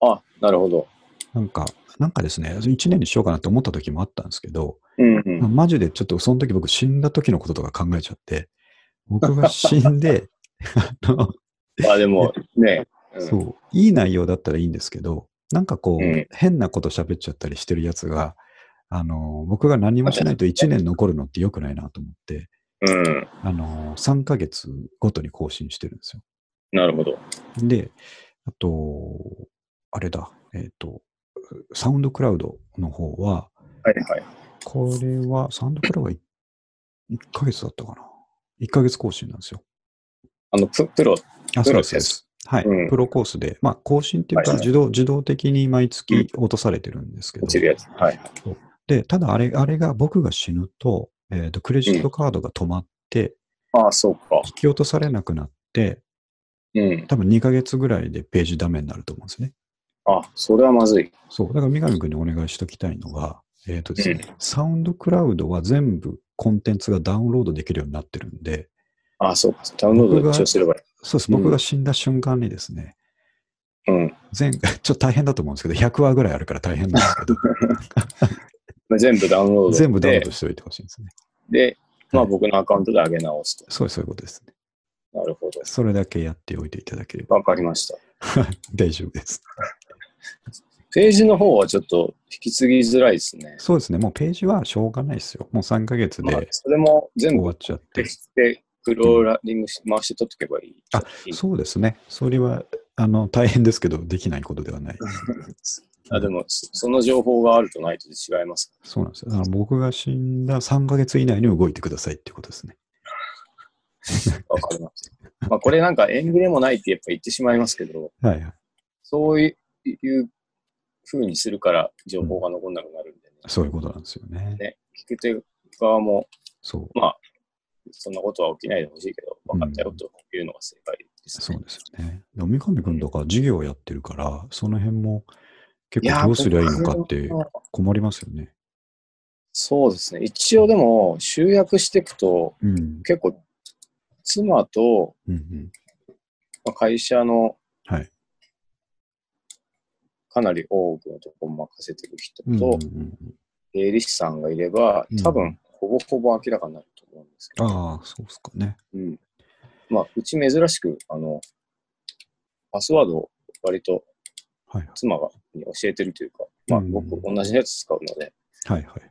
Speaker 2: あ、なるほど。
Speaker 1: なんか、なんかですね、1年にしようかなと思った時もあったんですけど、
Speaker 2: うんうん、
Speaker 1: マジでちょっとその時僕死んだ時のこととか考えちゃって、僕が死ん [LAUGHS] で、
Speaker 2: あの、あでもね、
Speaker 1: うん、そう、いい内容だったらいいんですけど、なんかこう、うん、変なこと喋っちゃったりしてるやつが、あの、僕が何もしないと1年残るのって良くないなと思って、
Speaker 2: うん、
Speaker 1: あの3ヶ月ごとに更新してるんですよ。
Speaker 2: なるほど。
Speaker 1: で、あと、あれだ、えっ、ー、と、サウンドクラウドの方は、
Speaker 2: はいはい。
Speaker 1: これは、サウンドクラウドは 1, 1ヶ月だったかな。1ヶ月更新なんですよ。
Speaker 2: あの、ププロ、
Speaker 1: あ、そうです。ですはい、うん、プロコースで、まあ、更新っていうか、自動、はいはい、自動的に毎月落とされてるんですけど。
Speaker 2: 落ちるやつ。はい。
Speaker 1: で、ただあれ、あれが僕が死ぬと、えーと、とクレジットカードが止まって、
Speaker 2: うん、ああそうか
Speaker 1: 引き落とされなくなって、
Speaker 2: うん、
Speaker 1: 多分2ヶ月ぐらいでページダメになると思うんですね。
Speaker 2: あそれはまずい。
Speaker 1: そう、だから三上君にお願いしときたいのが、えっ、ー、とですね、うん、サウンドクラウドは全部コンテンツがダウンロードできるようになってるんで、
Speaker 2: ああそうか、ダウンロード一応すればいい。
Speaker 1: そうです、僕が死んだ瞬間にですね、
Speaker 2: うん、
Speaker 1: 前 [LAUGHS] ちょっと大変だと思うんですけど、100話ぐらいあるから大変なんですけ [LAUGHS] ど。
Speaker 2: 全部ダウンロード。
Speaker 1: 全部ダウンロードしておいてほしいんですね。
Speaker 2: で、まあ僕のアカウントで上げ直すと。
Speaker 1: そうそういうことですね。
Speaker 2: なるほど。
Speaker 1: それだけやっておいていただければ。
Speaker 2: わかりました。
Speaker 1: 大丈夫です。
Speaker 2: ページの方はちょっと引き継ぎづらいですね。
Speaker 1: そうですね。もうページはしょうがないですよ。もう3ヶ月で、まあ。
Speaker 2: それも全部
Speaker 1: 終わっちゃって。
Speaker 2: で、クローラリングし、うん、回して取っておけばいい。
Speaker 1: あ、そうですね。それは、あの、大変ですけど、できないことではない。
Speaker 2: あでも、その情報があるとないと違います。
Speaker 1: そうなんですよ。あの僕が死んだ3か月以内に動いてくださいっていうことですね。
Speaker 2: わかります。まあこれなんか縁切れもないってやっぱ言ってしまいますけど、
Speaker 1: はいはい、
Speaker 2: そういうふうにするから情報が残んなくなるんでね、
Speaker 1: うん。そういうことなんですよね。
Speaker 2: ね聞く手側も、
Speaker 1: そう
Speaker 2: まあ、そんなことは起きないでほしいけど、分かったよというのが正解です
Speaker 1: ね、ね、うん、そうですよね。三上君とか事業をやってるから、その辺も。結構どうすりゃいいのかって困りますよね。
Speaker 2: そうですね。一応でも集約していくと、うん、結構妻と、
Speaker 1: うんうん
Speaker 2: まあ、会社の、
Speaker 1: はい、
Speaker 2: かなり多くのところ任せてる人と、税、うんうん、理士さんがいれば、多分ほぼほぼ明らかになると思うんですけど。
Speaker 1: ああ、そうですかね。
Speaker 2: うん。まあ、うち珍しく、あの、パスワードを割とはい、妻が教えてるというか、まあ、僕、同じやつ使うので、。
Speaker 1: はいはい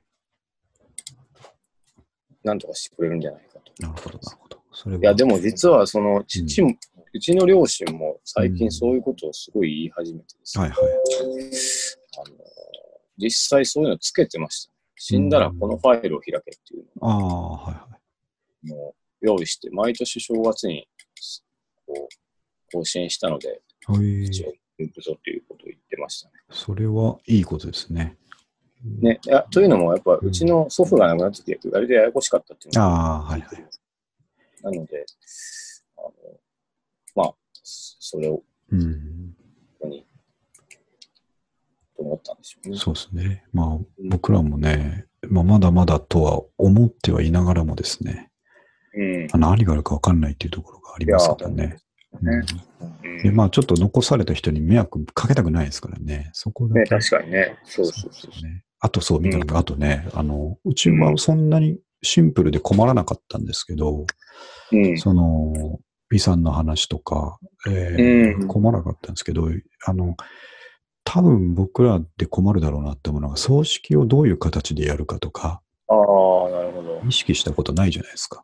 Speaker 2: なんとかしてくれるんじゃないかと。
Speaker 1: なるほど、なるほど。それ
Speaker 2: いや、でも実は、その、父も、うん、うちの両親も最近そういうことをすごい言い始めてです
Speaker 1: ね、ね、うん、はいはい。
Speaker 2: あの実際そういうのつけてました。死んだらこのファイルを開けっていう、
Speaker 1: のを、うん、あはいはい
Speaker 2: もう用意して、毎年正月にこう更新したので、
Speaker 1: はい
Speaker 2: 行くぞということを言っててましたね。
Speaker 1: それはいいことですね。
Speaker 2: ね、いやというのも、やっぱ、うちの祖父が亡くなってて、割とややこしかったっていうのが
Speaker 1: ああ、はいはい。
Speaker 2: なので、あのまあ、それを、こ
Speaker 1: うん、
Speaker 2: こに、と思ったんでしょうね。
Speaker 1: そうですね。まあ、僕らもね、まあ、まだまだとは思ってはいながらもですね、
Speaker 2: うん。
Speaker 1: あ何があるか分かんないっていうところがありますからね。うん
Speaker 2: うん
Speaker 1: でまあ、ちょっと残された人に迷惑かけたくないですからね、そこだけ
Speaker 2: ね、確かにね。そうそう
Speaker 1: そ
Speaker 2: そうう
Speaker 1: です。ね。あとそう見たのが、あとね、あの、うちはそんなにシンプルで困らなかったんですけど、
Speaker 2: うん。
Speaker 1: その、B さんの話とか、えー
Speaker 2: うん
Speaker 1: 困らなかったんですけど、あの、多分僕らで困るだろうなって思うのが、葬式をどういう形でやるかとか、
Speaker 2: ああ、なるほど。
Speaker 1: 意識したことないじゃないですか。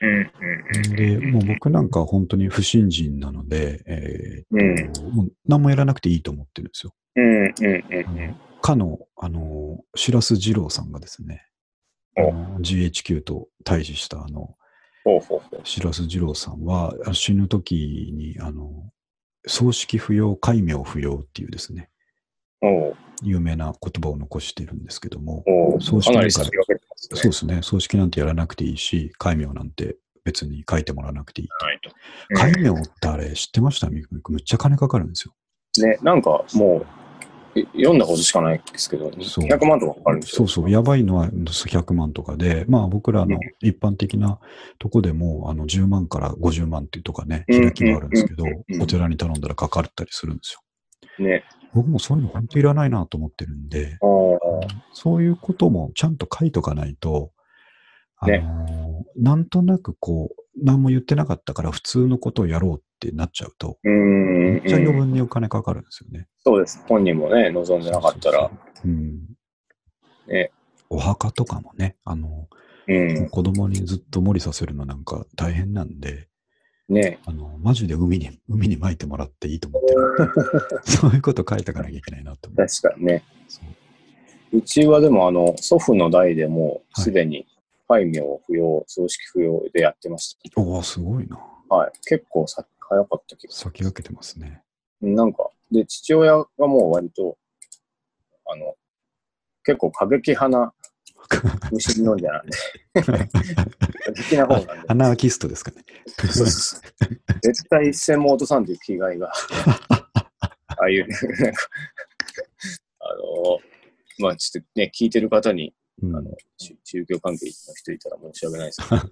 Speaker 2: うんうんうん。
Speaker 1: で、もう僕なんかは本当に不信心なので、えーっともう何もやらなくていいと思ってるんですよ。
Speaker 2: うんうんうん
Speaker 1: あ
Speaker 2: う
Speaker 1: の
Speaker 2: ん。
Speaker 1: かの、あの、白洲二郎さんがですね、あ
Speaker 2: お
Speaker 1: の GHQ と対峙したあの、
Speaker 2: ほうほうほう。
Speaker 1: 白洲二郎さんは、あ死ぬ時に、あの、葬式不要、戒名不要っていうですね、
Speaker 2: おう
Speaker 1: 有名な言葉を残してるんですけども、
Speaker 2: おう
Speaker 1: 葬式
Speaker 2: かな
Speaker 1: なん
Speaker 2: り
Speaker 1: か
Speaker 2: 先分けてますね。
Speaker 1: そうですね、葬式なんてやらなくていいし、戒名なんて別に書いてもらわなくていいと。
Speaker 2: ないと。
Speaker 1: 戒名ってあれ知ってましたみくみくむっちゃ金かかるんですよ。
Speaker 2: ね、なんかもう、い読んだことしかないですけど、
Speaker 1: そう
Speaker 2: 200万とかかかるんです
Speaker 1: そ
Speaker 2: よ。
Speaker 1: うそう、やばいのは100万とかで、まあ僕らの一般的なとこでも、あの10万から50万っていうとかね、
Speaker 2: うん
Speaker 1: 開きがあるんですけど
Speaker 2: うんう、ん
Speaker 1: お寺に頼んだらかかったりするんですよ。
Speaker 2: ね。
Speaker 1: 僕もそういうの本当いらないなと思ってるんで、
Speaker 2: あー
Speaker 1: そういうこともちゃんと書いとかないと、あのー
Speaker 2: ね
Speaker 1: なんとなくこう、何も言ってなかったから普通のことをやろうってなっちゃうと、
Speaker 2: うーん
Speaker 1: め
Speaker 2: う
Speaker 1: っちゃ余
Speaker 2: ん。
Speaker 1: 分にお金かかるんですよね。
Speaker 2: そうです。本人もね、望んでなかったら
Speaker 1: そう。そうそう。うん。
Speaker 2: ね
Speaker 1: お墓とかもね、あの、
Speaker 2: うん。
Speaker 1: 子供にずっと無理させるのなんか大変なんで、
Speaker 2: ね。
Speaker 1: あの、マジで海に、海に撒いてもらっていいと思って
Speaker 2: [LAUGHS]
Speaker 1: る。そういうこと書いておかなきゃいけないなと思う。
Speaker 2: 確かにね。
Speaker 1: そう
Speaker 2: うちはでも、あの、祖父の代でも、すでに、戒名不要、葬式不要でやってまし
Speaker 1: おおすごいな。
Speaker 2: た。はい。結構さ早かった気がす
Speaker 1: 先駆けてますね。 [LAUGHS]
Speaker 2: る。うんなんか、で、父親がもう割と、あの、結構過激派な虫飲んじゃなんで。
Speaker 1: [LAUGHS]
Speaker 2: 過激な方なんで。
Speaker 1: アナーキストですかね。
Speaker 2: [LAUGHS] 絶対一銭も落とさんという気概が、ああいう、なんか、あの、まあちょっとね、聞いてる方に、
Speaker 1: うん
Speaker 2: あの、宗宗教関係の人いたら申し訳ないですけど、あ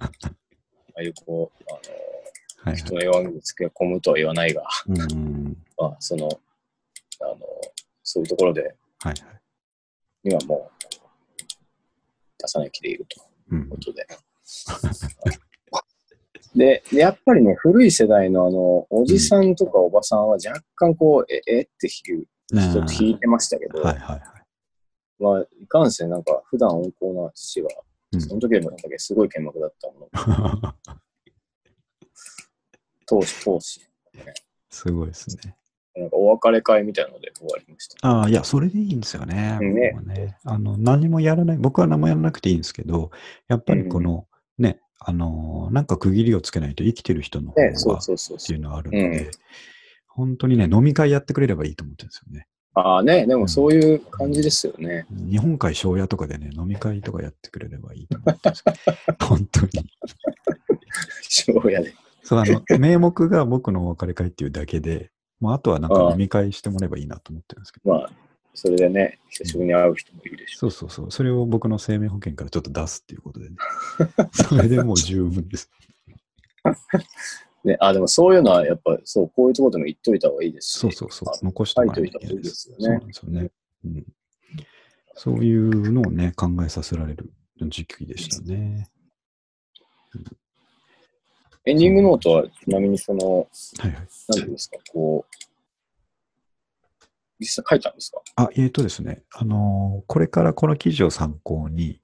Speaker 2: あいうこう、あ
Speaker 1: はいはい
Speaker 2: の、人の弱みにつけ込むとは言わないが、
Speaker 1: うん
Speaker 2: まあその、あの、そういうところで、
Speaker 1: はいはい。
Speaker 2: にはもう、出さない気でいると。
Speaker 1: うん
Speaker 2: ということで。で、でやっぱりね、古い世代のあの、おじさんとかおばさんは若干こう、え、えって引く、ちょっと引いてましたけど、
Speaker 1: はいはいはい
Speaker 2: まあ、いかんせんなんか、普段温厚な父が、
Speaker 1: うん
Speaker 2: その時でもなんだけすごい剣幕だったもの、当時、当時、
Speaker 1: [LAUGHS] すごいですね。
Speaker 2: なんかお別れ会みたいなので終わりました。
Speaker 1: ああ、いや、それでいいんですよね。
Speaker 2: ね
Speaker 1: 僕はねあの何もやらない、僕は何もやらなくていいんですけど、やっぱりこの、ね、あのーなんか区切りをつけないと生きてる人の方
Speaker 2: ね、
Speaker 1: が
Speaker 2: そう
Speaker 1: っ
Speaker 2: そうそう
Speaker 1: て
Speaker 2: そ
Speaker 1: いう
Speaker 2: う。
Speaker 1: のはあるので、
Speaker 2: うん
Speaker 1: 本当にね、飲み会やってくれればいいと思ってるんですよね。
Speaker 2: ああね、でもそういう感じですよね。
Speaker 1: 日本海庄屋とかでね、飲み会とかやってくれればいいと思ってるんですよ。 [LAUGHS] 本当に。
Speaker 2: 庄屋で。
Speaker 1: そう、あの、名目が僕のお別れ会っていうだけで、まあ、あとはなんか
Speaker 2: ああ
Speaker 1: 飲み会してもらえばいいなと思ってるんですけど。
Speaker 2: まあ、それでね、久しぶりに会う人もいるでしょ
Speaker 1: そうそうそう。それを僕の生命保険からちょっと出すっていうことで
Speaker 2: [LAUGHS]
Speaker 1: ね。それでもう十分です。
Speaker 2: う。ね、あ、でもそういうのはやっぱ、そう、こういうところでも言っといた方がいいですし
Speaker 1: そうそうそう。残しておかなきゃいけないです。そうなんですよね。うん。そういうのをね、考えさせられる時期でしたね。
Speaker 2: エンディングノートは、ちなみにその、
Speaker 1: はいはい。
Speaker 2: なんていうんですか、こう、実際書いたんですか
Speaker 1: あ、えっ、とですね。あのーこれからこの記事を参考に、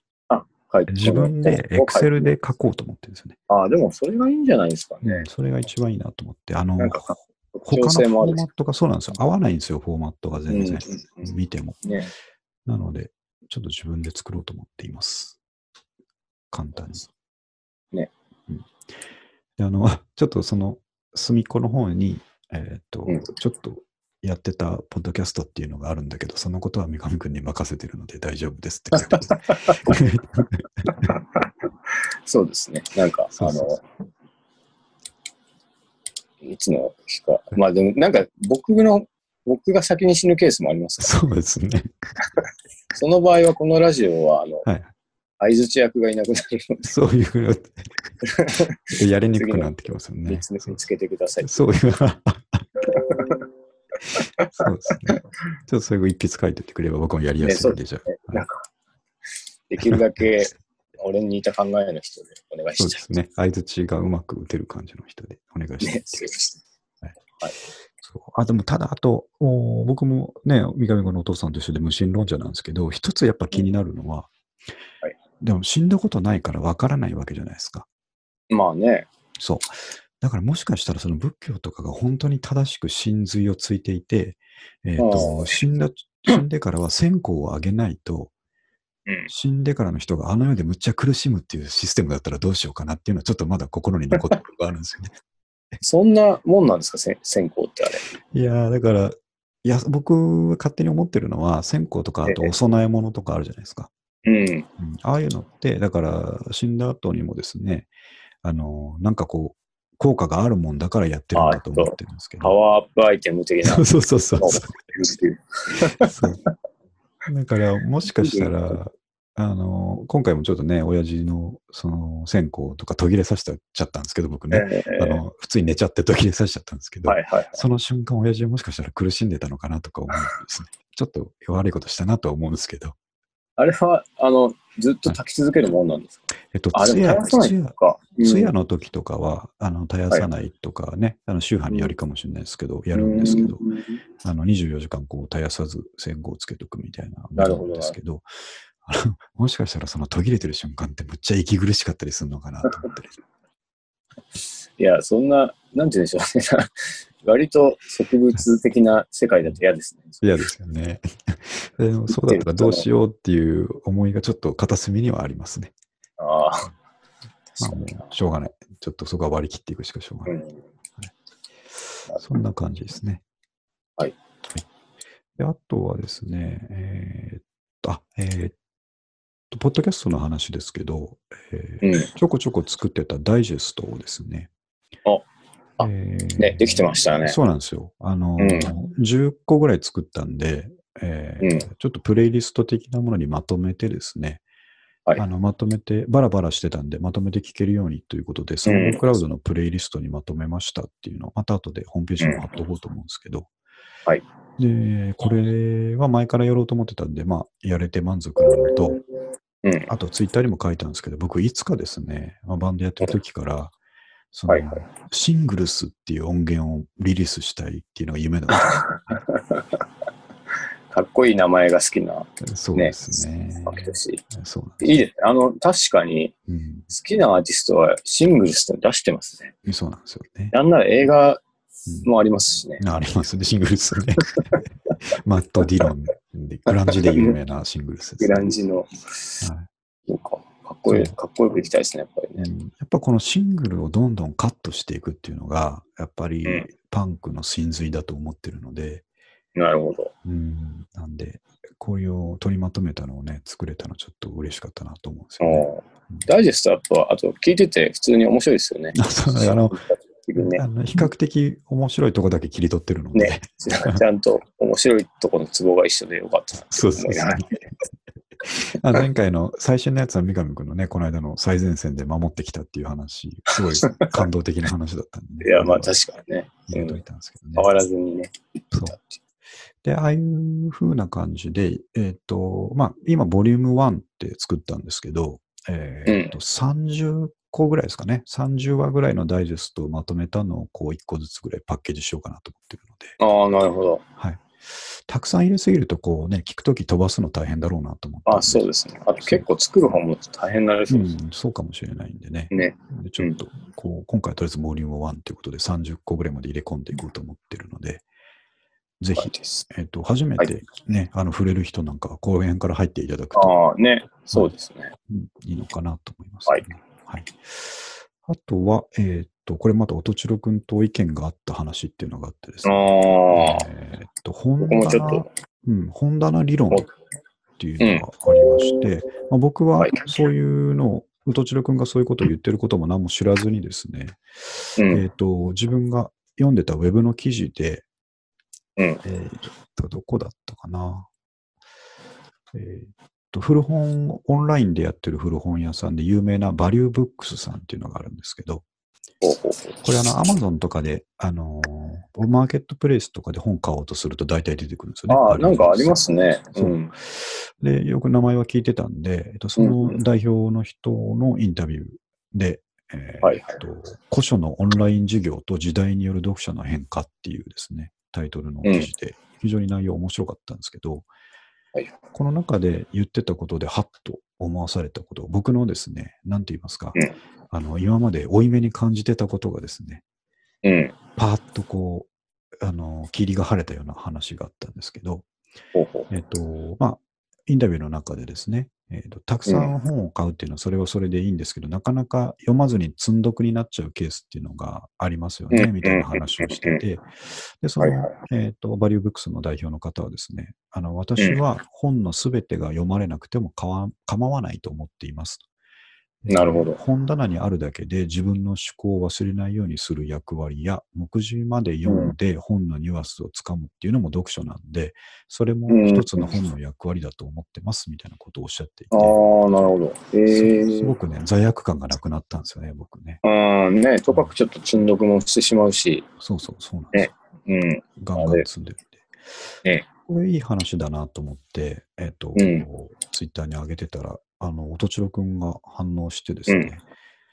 Speaker 2: 書いて
Speaker 1: 自分で Excel で書こうと思ってるんですよね。
Speaker 2: ああ、でもそれがいいんじゃないですかね。
Speaker 1: それが一番いいなと思って。あの、
Speaker 2: なんかか、
Speaker 1: 他の
Speaker 2: 調整もあ
Speaker 1: フォ
Speaker 2: る
Speaker 1: ーマットがそうなんですよ。合わないんですよ、フォーマットが全然。
Speaker 2: うんうんうん
Speaker 1: 見ても。
Speaker 2: ね。
Speaker 1: なので、ちょっと自分で作ろうと思っています。簡単に。
Speaker 2: ね。
Speaker 1: うん、 [LAUGHS] であの、ちょっとその隅っこの方に、えーっと、
Speaker 2: うん
Speaker 1: ちょっとやってたポッドキャストっていうのがあるんだけど、そのことは三上くんに任せてるので大丈夫ですって書いてあ
Speaker 2: [LAUGHS]
Speaker 1: る [LAUGHS]
Speaker 2: そうですね。なんか、
Speaker 1: そうそうそう
Speaker 2: あの、いつの日か。まあでも、なんか僕の、僕が先に死ぬケースもありますから、
Speaker 1: そうですね。
Speaker 2: その場合はこのラジオは、あの、
Speaker 1: はい。
Speaker 2: 相づち役がいなくなるの
Speaker 1: そういうふう
Speaker 2: [LAUGHS]
Speaker 1: にやりにくくなってきますよ
Speaker 2: で、
Speaker 1: ね
Speaker 2: 見。つ見つけてください。
Speaker 1: そういう。そうですね。ちょっとそれを一筆書いてってくれば僕もやりやすいんで、じゃあ。
Speaker 2: なんか、できる
Speaker 1: [LAUGHS]
Speaker 2: だけ俺に似た考えの人でお願い
Speaker 1: そう
Speaker 2: し
Speaker 1: で
Speaker 2: ちゃ。
Speaker 1: すね。相づちがうまく打てる感じの人でお願いうします
Speaker 2: ね、。すいません
Speaker 1: そうあでもただ、あと、お僕もね、三上君のお父さんと一緒で無神論者なんですけど、一つやっぱ気になるのは、
Speaker 2: はい
Speaker 1: でも死んだことないからわからないわけじゃないですか。
Speaker 2: まあね、
Speaker 1: そう。だからもしかしたらその仏教とかが本当に正しく真髄をついていて、えー
Speaker 2: う
Speaker 1: と
Speaker 2: ん
Speaker 1: 死んだ死んでからは線香をあげないと、
Speaker 2: うん
Speaker 1: 死んでからの人があの世でむっちゃ苦しむっていうシステムだったらどうしようかなっていうのはちょっとまだ心に残ってるとこがあるんですよね。
Speaker 2: そんなもんなんですか、せん線香ってあ
Speaker 1: [LAUGHS]
Speaker 2: れ。
Speaker 1: いやーだから、いや、僕が勝手に思ってるのは、線香とか、あと
Speaker 2: ええ
Speaker 1: お供え物とかあるじゃないですか。
Speaker 2: うん。
Speaker 1: うんああいうのって、だから、死んだ後にもですね、あのー、なんかこう、効果があるもんだからやってるんだと思ってるんですけ
Speaker 2: パ
Speaker 1: ど。
Speaker 2: ワーアップアイテム的な
Speaker 1: そ。うそうそうそう
Speaker 2: そう
Speaker 1: そそうだから、もしかしたら、あのー、今回もちょっとね、親父の、その、線香とか途切れさせちゃったんですけど、僕
Speaker 2: え
Speaker 1: ね。
Speaker 2: ー
Speaker 1: あの、普通に寝ちゃって途切れさせちゃったんですけど、
Speaker 2: はいはい。
Speaker 1: その瞬間、親父はもしかしたら苦しんでたのかなとか思うんです
Speaker 2: [LAUGHS]
Speaker 1: ね。ちょっと悪いことしたなとは思うんですけど。
Speaker 2: あれは、あの、ずっと炊き続けるもんなんですか、
Speaker 1: えっと、
Speaker 2: あ、で
Speaker 1: 通
Speaker 2: も
Speaker 1: 夜、
Speaker 2: 絶やさないの
Speaker 1: 通
Speaker 2: か。うん
Speaker 1: 夜の時とかは、あの、絶やさないとかね、あの、宗派によりかもしれないですけど、やるんですけど、
Speaker 2: うん
Speaker 1: あの、24時間こう、絶やさず線香をつけとくみたいなもの
Speaker 2: なるほど
Speaker 1: ですけど、あのもしかしたらその途切れてる瞬間ってむっちゃ息苦しかったりするのかなと思って。
Speaker 2: いや、そんな、なんて言うんでしょうね。 [LAUGHS] 割と植物的な世界だと嫌
Speaker 1: [LAUGHS]
Speaker 2: ですね。
Speaker 1: 嫌ですよね。でもそうだったらどうしようっていう思いがちょっと片隅にはありますね。
Speaker 2: ああ。
Speaker 1: まあ、もうしょうがない。ちょっとそこは割り切っていくしかしょうがない。
Speaker 2: うん
Speaker 1: そんな感じですね。
Speaker 2: はい
Speaker 1: であとはですね、えーっと、あ、えーっと、ポッドキャストの話ですけど、えー
Speaker 2: うん。
Speaker 1: ちょこちょこ作ってたダイジェストをですね。
Speaker 2: おあ
Speaker 1: えー
Speaker 2: ね、できてましたね。
Speaker 1: そうなんですよ。あの、
Speaker 2: うん
Speaker 1: 10個ぐらい作ったんで、えー
Speaker 2: うん
Speaker 1: ちょっとプレイリスト的なものにまとめてですね、
Speaker 2: はい
Speaker 1: あのまとめて、バラバラしてたんで、まとめて聞けるようにということで、サウンドクラウドのプレイリストにまとめましたっていうのを、また後でホームページにも貼っとこうと思うんですけど、
Speaker 2: はい
Speaker 1: で、これは前からやろうと思ってたんで、まあ、やれて満足なのと、
Speaker 2: うん。
Speaker 1: あとツイッターにも書いたんですけど、僕、いつかですね、まあ、バンドやってる時から、その
Speaker 2: はいはい
Speaker 1: シングルスっていう音源をリリースしたいっていうのが夢だった
Speaker 2: かっこいい名前が好きな、
Speaker 1: んです
Speaker 2: [LAUGHS]
Speaker 1: そう
Speaker 2: ね。
Speaker 1: ですね。
Speaker 2: わけだし
Speaker 1: そうなん
Speaker 2: いいですね。あの、確かに、
Speaker 1: うん
Speaker 2: 好きなアーティストはシングルスって出してますね。
Speaker 1: そうなんですよね。
Speaker 2: なんなら映画
Speaker 1: うん
Speaker 2: もありますしね。
Speaker 1: ありますね、シングルスね。 [LAUGHS] マット・ディロンで、グランジで有名なシングルスで
Speaker 2: グ
Speaker 1: す、
Speaker 2: ラ
Speaker 1: ね
Speaker 2: ン。ジの、
Speaker 1: はい
Speaker 2: そうか。かっこいい、
Speaker 1: そう
Speaker 2: かっこよくいきたいですね、やっぱり
Speaker 1: う
Speaker 2: ね。
Speaker 1: んやっぱこのシングルをどんどんカットしていくっていうのが、やっぱり
Speaker 2: うん
Speaker 1: パンクの真髄だと思ってるので、
Speaker 2: なるほど。
Speaker 1: うん、なんで、こういう取りまとめたのをね、作れたのちょっと嬉しかったなと思うんですよね。
Speaker 2: おーダイジェストやっぱ、あと聞いてて普通に面白いですよね。
Speaker 1: あそうあの
Speaker 2: ね
Speaker 1: あの比較的面白いとこだけ切り取ってるので、
Speaker 2: [LAUGHS] ねちゃんと面白いとこのツボが一緒でよかったなって
Speaker 1: そう
Speaker 2: 思
Speaker 1: そう
Speaker 2: いな
Speaker 1: そう
Speaker 2: がら。
Speaker 1: あ前回の最新のやつは三上君のね、この間の最前線で守ってきたっていう話、すごい感動的な話だったんで、
Speaker 2: [LAUGHS] いや、まあ確かにね、
Speaker 1: 入れといたんですけどね。
Speaker 2: 変わらずにね。
Speaker 1: そうで、ああいう風な感じで、えっ、と、まあ、今、ボリューム1って作ったんですけど、えっ、と、30個ぐらいですかね。30話ぐらいのダイジェストをまとめたのを、こう、1個ずつぐらいパッケージしようかなと思ってるので、
Speaker 2: ああ、なるほど。
Speaker 1: はい。たくさん入れすぎると、こうね、聞くとき飛ばすの大変だろうなと思って。
Speaker 2: あそうですね。あと結構作る方も大変なりそううです
Speaker 1: ん、そうかもしれないんでね。
Speaker 2: ね。
Speaker 1: でちょっと、こう、今回はとりあえずボリューム1ということで、30個ぐらいまで入れ込んでいこうと思ってるので、ぜひ
Speaker 2: いいです
Speaker 1: えっと、初めてね、あの、触れる人なんかは、後編から入っていただくと
Speaker 2: ああ、ね、そうですね。
Speaker 1: うんいいのかなと思いますね、はい。あとは、えっと、これまた音千代くんと意見があった話っていうのがあってです
Speaker 2: あ
Speaker 1: ね。
Speaker 2: あ、
Speaker 1: えーっと、本
Speaker 2: 僕もちょっ
Speaker 1: 棚
Speaker 2: と、、
Speaker 1: うん、本棚理論っていうのがありまして、まあ、僕は
Speaker 2: はい
Speaker 1: そういうのを、うとちろくんがそういうことを言ってることも何も知らずにですね、
Speaker 2: うん
Speaker 1: えっと自分が読んでたウェブの記事で、
Speaker 2: うん
Speaker 1: えーっとどこだったかな、えーっと古本、オンラインでやってる古本屋さんで有名なバリューブックスさんっていうのがあるんですけど、
Speaker 2: ほうほう
Speaker 1: これあ
Speaker 2: [LAUGHS]
Speaker 1: の、アマゾンとかで、あのーマーケットプレイスとかで本買おうとすると大体出てくるんですよね。
Speaker 2: あ
Speaker 1: バ
Speaker 2: あ、
Speaker 1: リュ
Speaker 2: な
Speaker 1: ー
Speaker 2: ん
Speaker 1: ブッ
Speaker 2: かあ
Speaker 1: クス
Speaker 2: りますね。う。
Speaker 1: そうんで、よく名前は聞いてたんで、えっと、そ
Speaker 2: うんう
Speaker 1: の
Speaker 2: ん
Speaker 1: 代表の人のインタビューで、えー
Speaker 2: はいは
Speaker 1: え
Speaker 2: い
Speaker 1: っと、古書のオンライン授業と時代による読者の変化っていうですね、タイトルの記事で、非常に内容面白かったんですけど、
Speaker 2: はい
Speaker 1: この中で言ってたことで、はっと思わされたこと、僕のですね、なんて言いますか、
Speaker 2: うん
Speaker 1: あの今まで負い目に感じてたことがですね、
Speaker 2: うん。
Speaker 1: パーッとこう、あの霧が晴れたような話があったんですけど、
Speaker 2: ほうほう。
Speaker 1: えっと、まあ、インタビューの中でですね、えっとたくさん本を買うっていうのはそれはそれでいいんですけど、なかなか読まずに積んどくになっちゃうケースっていうのがありますよね、
Speaker 2: うん
Speaker 1: みたいな話をしてて、で、そ
Speaker 2: はい
Speaker 1: の、
Speaker 2: はい。
Speaker 1: えっと、バリューブックスの代表の方はですね、あの、私は本のすべてが読まれなくてもかわ構わないと思っています。えー
Speaker 2: なるほど
Speaker 1: 本棚にあるだけで自分の思考を忘れないようにする役割や、目次まで読んで本のニュアンスをつかむっていうのも読書なんで、それも一つの本の役割だと思ってますみたいなことをおっしゃっていて
Speaker 2: あ、あ、なるほど。え
Speaker 1: すすご
Speaker 2: ー。
Speaker 1: くね、罪悪感がなくなったんですよね、僕ね。
Speaker 2: ああ、ね、とかくちょっと沈読もしてしまうし、
Speaker 1: そうそう、そうなんですよ
Speaker 2: うん。
Speaker 1: ガンガン積んでるん
Speaker 2: え
Speaker 1: で
Speaker 2: え。
Speaker 1: これいい話だなと思って、えっ、と、
Speaker 2: うん
Speaker 1: ツイッターに上げてたら、あの、音千代くんが反応してですね、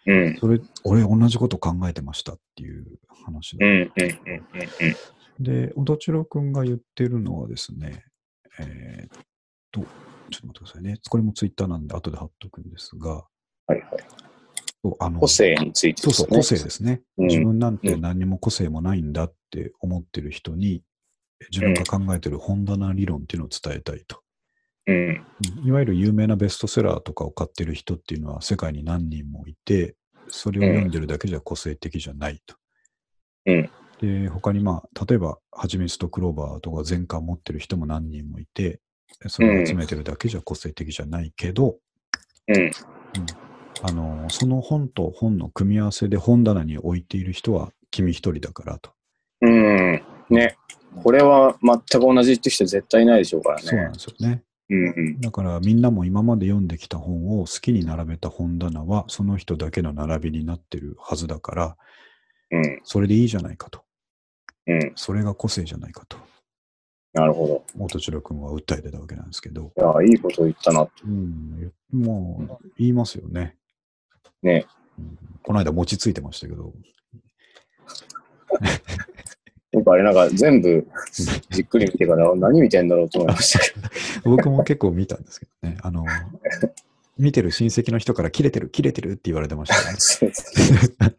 Speaker 2: うん。
Speaker 1: それ、俺同じこと考えてましたっていう話
Speaker 2: う
Speaker 1: だ
Speaker 2: ん、うん、うん、うん、うん。
Speaker 1: で、音千代くんが言ってるのはですね、えーっと、ちょっと待ってくださいね。これもツイッターなんで後で貼っとくんですが、
Speaker 2: はいはい。
Speaker 1: そうあの
Speaker 2: 個性について
Speaker 1: そう
Speaker 2: で
Speaker 1: そ
Speaker 2: す
Speaker 1: う、
Speaker 2: ね。
Speaker 1: 個性ですね。
Speaker 2: うん
Speaker 1: 自分なんて何にも個性もないんだって思ってる人に、自分が考えてる本棚理論っていうのを伝えたいと。
Speaker 2: うん。
Speaker 1: うんいわゆる有名なベストセラーとかを買ってる人っていうのは世界に何人もいて、それを読んでるだけじゃ個性的じゃないと。
Speaker 2: うん
Speaker 1: で、他にまあ、例えば、ハチミツとクローバーとか全巻持ってる人も何人もいて、それを集めてるだけじゃ個性的じゃないけど、
Speaker 2: うん。
Speaker 1: あの、その本と本の組み合わせで本棚に置いている人は君一人だからと。
Speaker 2: うん。ね。これは全く同じって人絶対いないでしょうから
Speaker 1: そうな
Speaker 2: ね
Speaker 1: ん。ですよね。
Speaker 2: うんうん。
Speaker 1: だからみんなも今まで読んできた本を好きに並べた本棚はその人だけの並びになってるはずだから、
Speaker 2: うん。
Speaker 1: それでいいじゃないかと。
Speaker 2: うん。
Speaker 1: それが個性じゃないかと。
Speaker 2: なるほ
Speaker 1: 元千代君は訴えてたわけなんですけど。
Speaker 2: ど。いや、いいこと言ったな。
Speaker 1: うん、もう言いますよね。
Speaker 2: ね
Speaker 1: うんこの間餅ついてましたけど。
Speaker 2: 僕あれなんか全部じっくり見てから何見てんだろうと思いましたけ
Speaker 1: 僕も結構見たんですけどね。あの、見てる親戚の人から切れてる、切れてるって言われてましたね、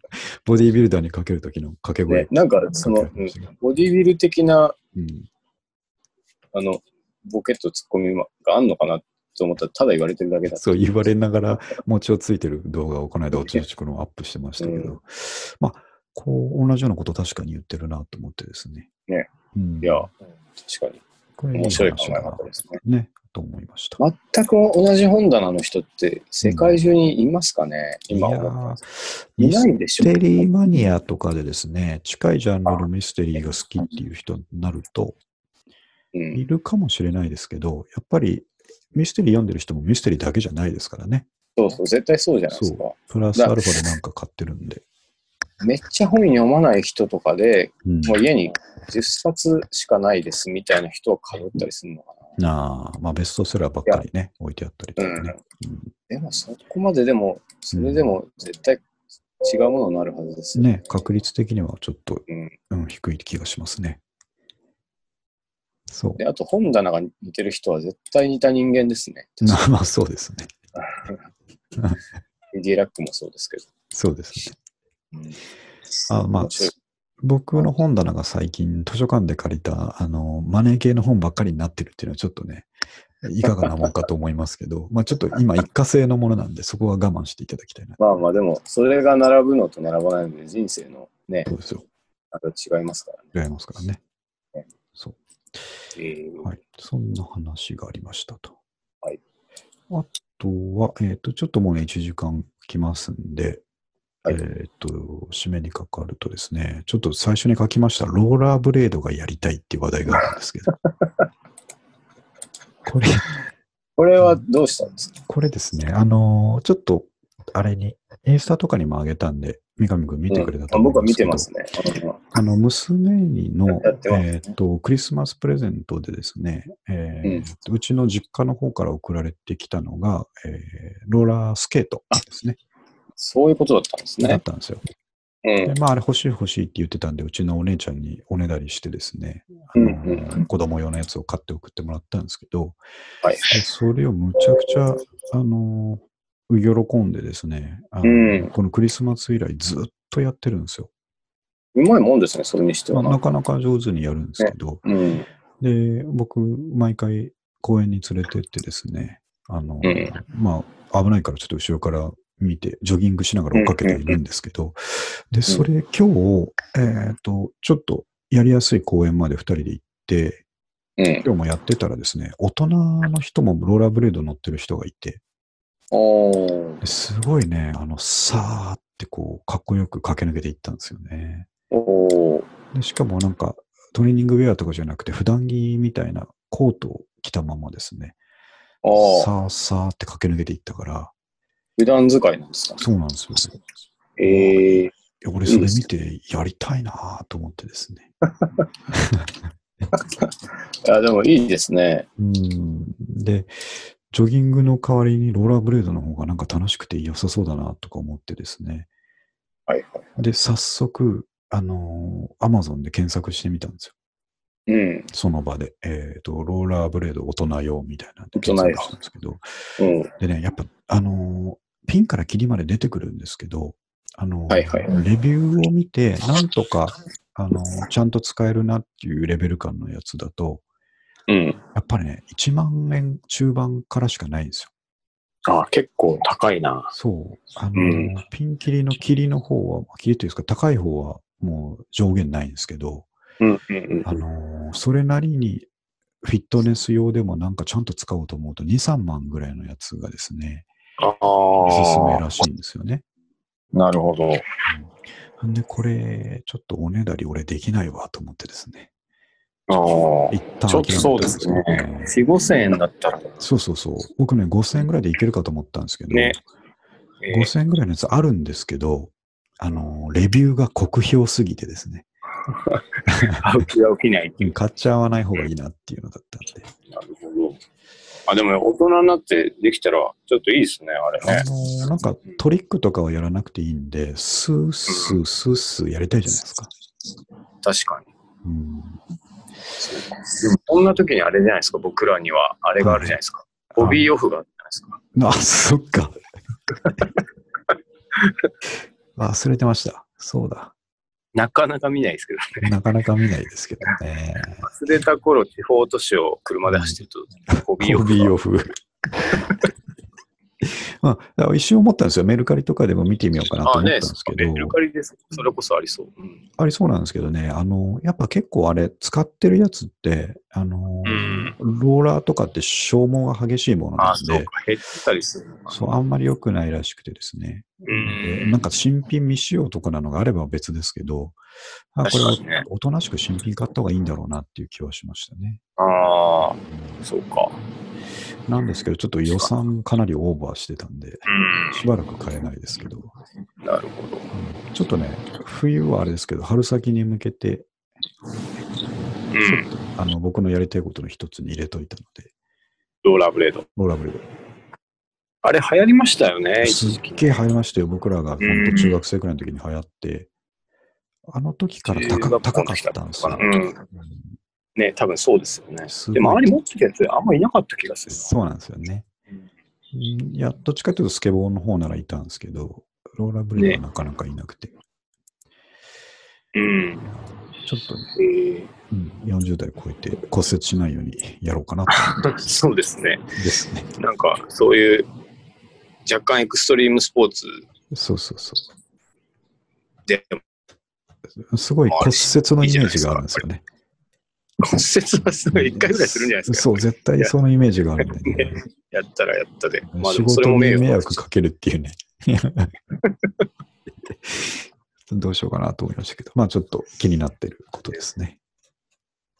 Speaker 1: ボディービルダーにかける時の掛け [LAUGHS]
Speaker 2: ど、ね
Speaker 1: 声。、
Speaker 2: なんか
Speaker 1: かけ
Speaker 2: そ
Speaker 1: ら
Speaker 2: の、
Speaker 1: れてましたけど
Speaker 2: ボディビル的な
Speaker 1: うん
Speaker 2: あのボケとツッコミがあんのかなと思ったらただ言われてるだけだ
Speaker 1: そう言われながら餅をついてる動画をこの間、おちおちこのアップしてましたけど、
Speaker 2: うん
Speaker 1: まあ、こう、同じようなこと確かに言ってるなと思ってですね。
Speaker 2: ね
Speaker 1: うん、
Speaker 2: いや、確か
Speaker 1: これ
Speaker 2: に面白い考
Speaker 1: 話
Speaker 2: え
Speaker 1: だな
Speaker 2: 方ですね。
Speaker 1: ね、と思いました。
Speaker 2: 全く同じ本棚の人って世界中にいますかね、今
Speaker 1: いや
Speaker 2: 思
Speaker 1: ー
Speaker 2: ったいないでしょ
Speaker 1: ミステリーマニアとかでですね、近いジャンルのミステリーが好きっていう人になると、
Speaker 2: う
Speaker 1: い
Speaker 2: ん、
Speaker 1: るかもしれないですけど、やっぱりミステリー読んでる人もミステリーだけじゃないですからね。
Speaker 2: そうそう、絶対そうじゃないですか。
Speaker 1: そプラス
Speaker 2: だ
Speaker 1: アルファでなんか買ってるんで。
Speaker 2: めっちゃ本読まない人とかで、
Speaker 1: うん、
Speaker 2: もう家に10冊しかないですみたいな人をかぶったりするのか
Speaker 1: なあ、まあベストセラーばっかりね、置いてあったりと
Speaker 2: な。
Speaker 1: か
Speaker 2: うん
Speaker 1: ね。
Speaker 2: でもそこまででも、それでも絶対違うものになるはずです
Speaker 1: うん
Speaker 2: よ。
Speaker 1: ね、確率的にはちょっと、
Speaker 2: うん
Speaker 1: うん、低い気がしますね。そう。
Speaker 2: で、あと本棚が似てる人は絶対似た人間ですね。
Speaker 1: [LAUGHS] まあまあそうですね。
Speaker 2: [LAUGHS] ディラックもそうですけ
Speaker 1: そうですね。
Speaker 2: ど。
Speaker 1: あまあ
Speaker 2: 面白い、
Speaker 1: 僕の本棚が最近図書館で借りた、あの、マネー系の本ばっかりになってるっていうのはちょっとね、いかがなもんかと思いますけど、まあちょっと今一過性のものなんで、そこは我慢していただきたいな。
Speaker 2: まあまあでも、それが並ぶのと並ばないので、人生のね、
Speaker 1: そうですよ。
Speaker 2: あと違いますからね。
Speaker 1: 違いますからね
Speaker 2: ね。
Speaker 1: そ
Speaker 2: えー
Speaker 1: う。はい。そんな話がありましたと。
Speaker 2: はい。
Speaker 1: あとは、えっ、と、ちょっともうね、1時間来ますんで、
Speaker 2: はい
Speaker 1: えっ、と、締めにかかるとですね、ちょっと最初に書きました、ローラーブレードがやりたいっていう話題があるんですけ
Speaker 2: [LAUGHS]
Speaker 1: ど、これ、
Speaker 2: これはどうしたんですか
Speaker 1: これですね、あのーちょっと、あれに、インスタとかにもあげたんで、三上君見てくれたと
Speaker 2: うん
Speaker 1: 思
Speaker 2: 僕は
Speaker 1: うんで
Speaker 2: 見
Speaker 1: すけ
Speaker 2: て
Speaker 1: ど、
Speaker 2: ますね。
Speaker 1: あの、娘にの
Speaker 2: やって、ます
Speaker 1: えーっと、クリスマスプレゼントでですね、えーうちの実家の方から送られてきたのが、えーローラースケートですね。
Speaker 2: そういうことだったんです
Speaker 1: だ
Speaker 2: ね
Speaker 1: っ。たんですよ。
Speaker 2: うん
Speaker 1: で、まあ、あれ欲しい欲しいって言ってたんで、うちのお姉ちゃんにおねだりしてですね、あの
Speaker 2: うんうんう
Speaker 1: 子供用のやつを買って送ってもらったんですけど、
Speaker 2: はい。
Speaker 1: でそれをむちゃくちゃ、あの喜んでですね、あの
Speaker 2: うん
Speaker 1: このクリスマス以来ずっとやってるんですよ。
Speaker 2: うまいもんですね、それにして
Speaker 1: まあ
Speaker 2: は
Speaker 1: な
Speaker 2: な。
Speaker 1: かなか上手にやるんですけど、
Speaker 2: うん。
Speaker 1: で、僕、毎回公園に連れてってですね、あの、
Speaker 2: うん
Speaker 1: まあ、危ないからちょっと後ろから見て、ジョギングしながら追っかけているんですけど、で、それ今日、えっ、と、ちょっとやりやすい公園まで2人で行って、
Speaker 2: うん。
Speaker 1: 今日もやってたらですね、大人の人もローラーブレード乗ってる人がいて、
Speaker 2: おー
Speaker 1: ですごいね、あの、さーってこう、かっこよく駆け抜けていったんですよね。
Speaker 2: おー
Speaker 1: でしかもなんかトレーニングウェアとかじゃなくて普段着みたいなコートを着たままですね、
Speaker 2: ああ、
Speaker 1: さあさあって駆け抜けていったから、
Speaker 2: 普段使いなんですか
Speaker 1: そうなんですよ。
Speaker 2: ええ
Speaker 1: いや俺それ見てやりたいなと思ってですね。
Speaker 2: ー。あでもいいですね。
Speaker 1: うんで、ジョギングの代わりにローラーブレードの方がなんか楽しくて良さそうだなとか思ってですね。
Speaker 2: はいは
Speaker 1: で、早速、あのー、Amazon で検索してみたんですよ。
Speaker 2: い。うん。
Speaker 1: その場で。えっ、と、ローラーブレード大人用みたいなんで
Speaker 2: 大人用
Speaker 1: 検索したんですけど、
Speaker 2: うん。
Speaker 1: でね、やっぱ、あのーピンからキリまで出てくるんですけど、あのー
Speaker 2: はいはい
Speaker 1: レビューを見て、なんとか、あのーちゃんと使えるなっていうレベル感のやつだと、
Speaker 2: うん。
Speaker 1: やっぱりね、1万円中盤からしかないんですよ。
Speaker 2: ああ、結構高いな。
Speaker 1: そう。あのー
Speaker 2: うん
Speaker 1: ピンキリのキリの方は、キリというか、高い方はもう上限ないんですけど、
Speaker 2: うんうんうん。
Speaker 1: あのーそれなりに、フィットネス用でもなんかちゃんと使おうと思うと2、3万ぐらいのやつがですね、
Speaker 2: あ
Speaker 1: おすすめ
Speaker 2: あ
Speaker 1: ら、しいんですよね。
Speaker 2: なるほど。
Speaker 1: うんで、これ、ちょっとおねだり俺できないわと思ってですね。
Speaker 2: ああ、
Speaker 1: 一旦
Speaker 2: ちょっとそうですね。4、5000円だったら、
Speaker 1: そうそうそう。僕ね、5000円ぐらいでいけるかと思ったんですけど、
Speaker 2: ねえー
Speaker 1: 5000円ぐらいのやつあるんですけど、あの、レビューが酷評すぎてですね、
Speaker 2: 買う気が起きない。
Speaker 1: 買っちゃわない方がいいなっていうのだったんで。
Speaker 2: なるほど。あ、でも大人になってできたら、ちょっといいですね、あれね
Speaker 1: あ。の、なんかトリックとかはやらなくていいんで、スースースースーやりたいじゃないですか。
Speaker 2: 確かに。
Speaker 1: うん、
Speaker 2: でも、こんな時にあれじゃないですか、僕らには、あれがあるじゃないですか。ボビーオフがあるじゃないですか。
Speaker 1: あ、そっ
Speaker 2: [LAUGHS]
Speaker 1: か。忘れてました。そうだ。
Speaker 2: なかなか見ないですけど、
Speaker 1: なかなか見ないですけど
Speaker 2: [LAUGHS]
Speaker 1: ね。
Speaker 2: 忘れた頃、地方都市を車で走ってると、ボビーオ
Speaker 1: コ
Speaker 2: フ
Speaker 1: ビー
Speaker 2: が。
Speaker 1: オフ。 [LAUGHS] まあ、だから一瞬思ったんですよ。メルカリとかでも見てみようかなと思
Speaker 2: あ、
Speaker 1: ったんで
Speaker 2: ね、
Speaker 1: すけ
Speaker 2: メ
Speaker 1: ど、
Speaker 2: ルカリです。それこそありそう。うん。
Speaker 1: ありそうなんですけどね、あの、やっぱ結構あれ、使ってるやつって、あの、
Speaker 2: うん
Speaker 1: ローラーとかって消耗が激しいものな
Speaker 2: あ、
Speaker 1: ん
Speaker 2: そう
Speaker 1: で、
Speaker 2: か、減ってたりするのか。
Speaker 1: そう、あんまり良くないらしくてですね。
Speaker 2: う
Speaker 1: で
Speaker 2: ん
Speaker 1: なんか新品未使用とかなのがあれば別ですけど、あこれは
Speaker 2: 確かにね
Speaker 1: おとなしく新品買った方がいいんだろうなっていう気はしましたね。
Speaker 2: ああ、そうか。
Speaker 1: なんですけど、ちょっと予算かなりオーバーしてたんで、し
Speaker 2: う
Speaker 1: ばらく買えないですけど、
Speaker 2: ん。なるほど。
Speaker 1: ちょっとね、冬はあれですけど、春先に向けて、
Speaker 2: うん。
Speaker 1: あの僕のやりたいことの一つに入れといたので、
Speaker 2: ローラーブレード。
Speaker 1: ローラーブレー
Speaker 2: あれ、流行りましたよね、
Speaker 1: ド。す
Speaker 2: 一
Speaker 1: っ
Speaker 2: 時期ね。
Speaker 1: げえ流行りましたよ、僕らが本当中学生くらいの時に流行って、あの時から
Speaker 2: 中学
Speaker 1: 高
Speaker 2: 校
Speaker 1: 高
Speaker 2: の
Speaker 1: かっ
Speaker 2: 時だ
Speaker 1: たんですよ。
Speaker 2: うん。ね、多分そうですよね。
Speaker 1: すごい
Speaker 2: で、周り持ってたやつ、あんまいなかった気がするな。
Speaker 1: そうなんですよね。うんいや、どっちかというとスケボーの方ならいたんですけど、ローラーブレードはなかなかいなくて、
Speaker 2: うん。
Speaker 1: ちょっとね、
Speaker 2: えー
Speaker 1: うん、40代超えて骨折しないようにやろうかな
Speaker 2: そうですね。
Speaker 1: です
Speaker 2: [LAUGHS]
Speaker 1: ね。
Speaker 2: なんか、そういう、若干エクストリームスポーツ
Speaker 1: そうそうそ
Speaker 2: で
Speaker 1: う。すごい骨折のイメージがあるんですよね。
Speaker 2: 骨折はすごい1回ぐらいするんじゃないですか。
Speaker 1: そう、絶対そのイメージがあるんでね。
Speaker 2: [LAUGHS] やったらやったで。まあで
Speaker 1: 仕
Speaker 2: もそ
Speaker 1: 事
Speaker 2: れも
Speaker 1: に
Speaker 2: 名誉
Speaker 1: 迷惑かけるっていう
Speaker 2: [LAUGHS]
Speaker 1: ね。どうしようかなと思いましたけど、まあちょっと気になってることですね。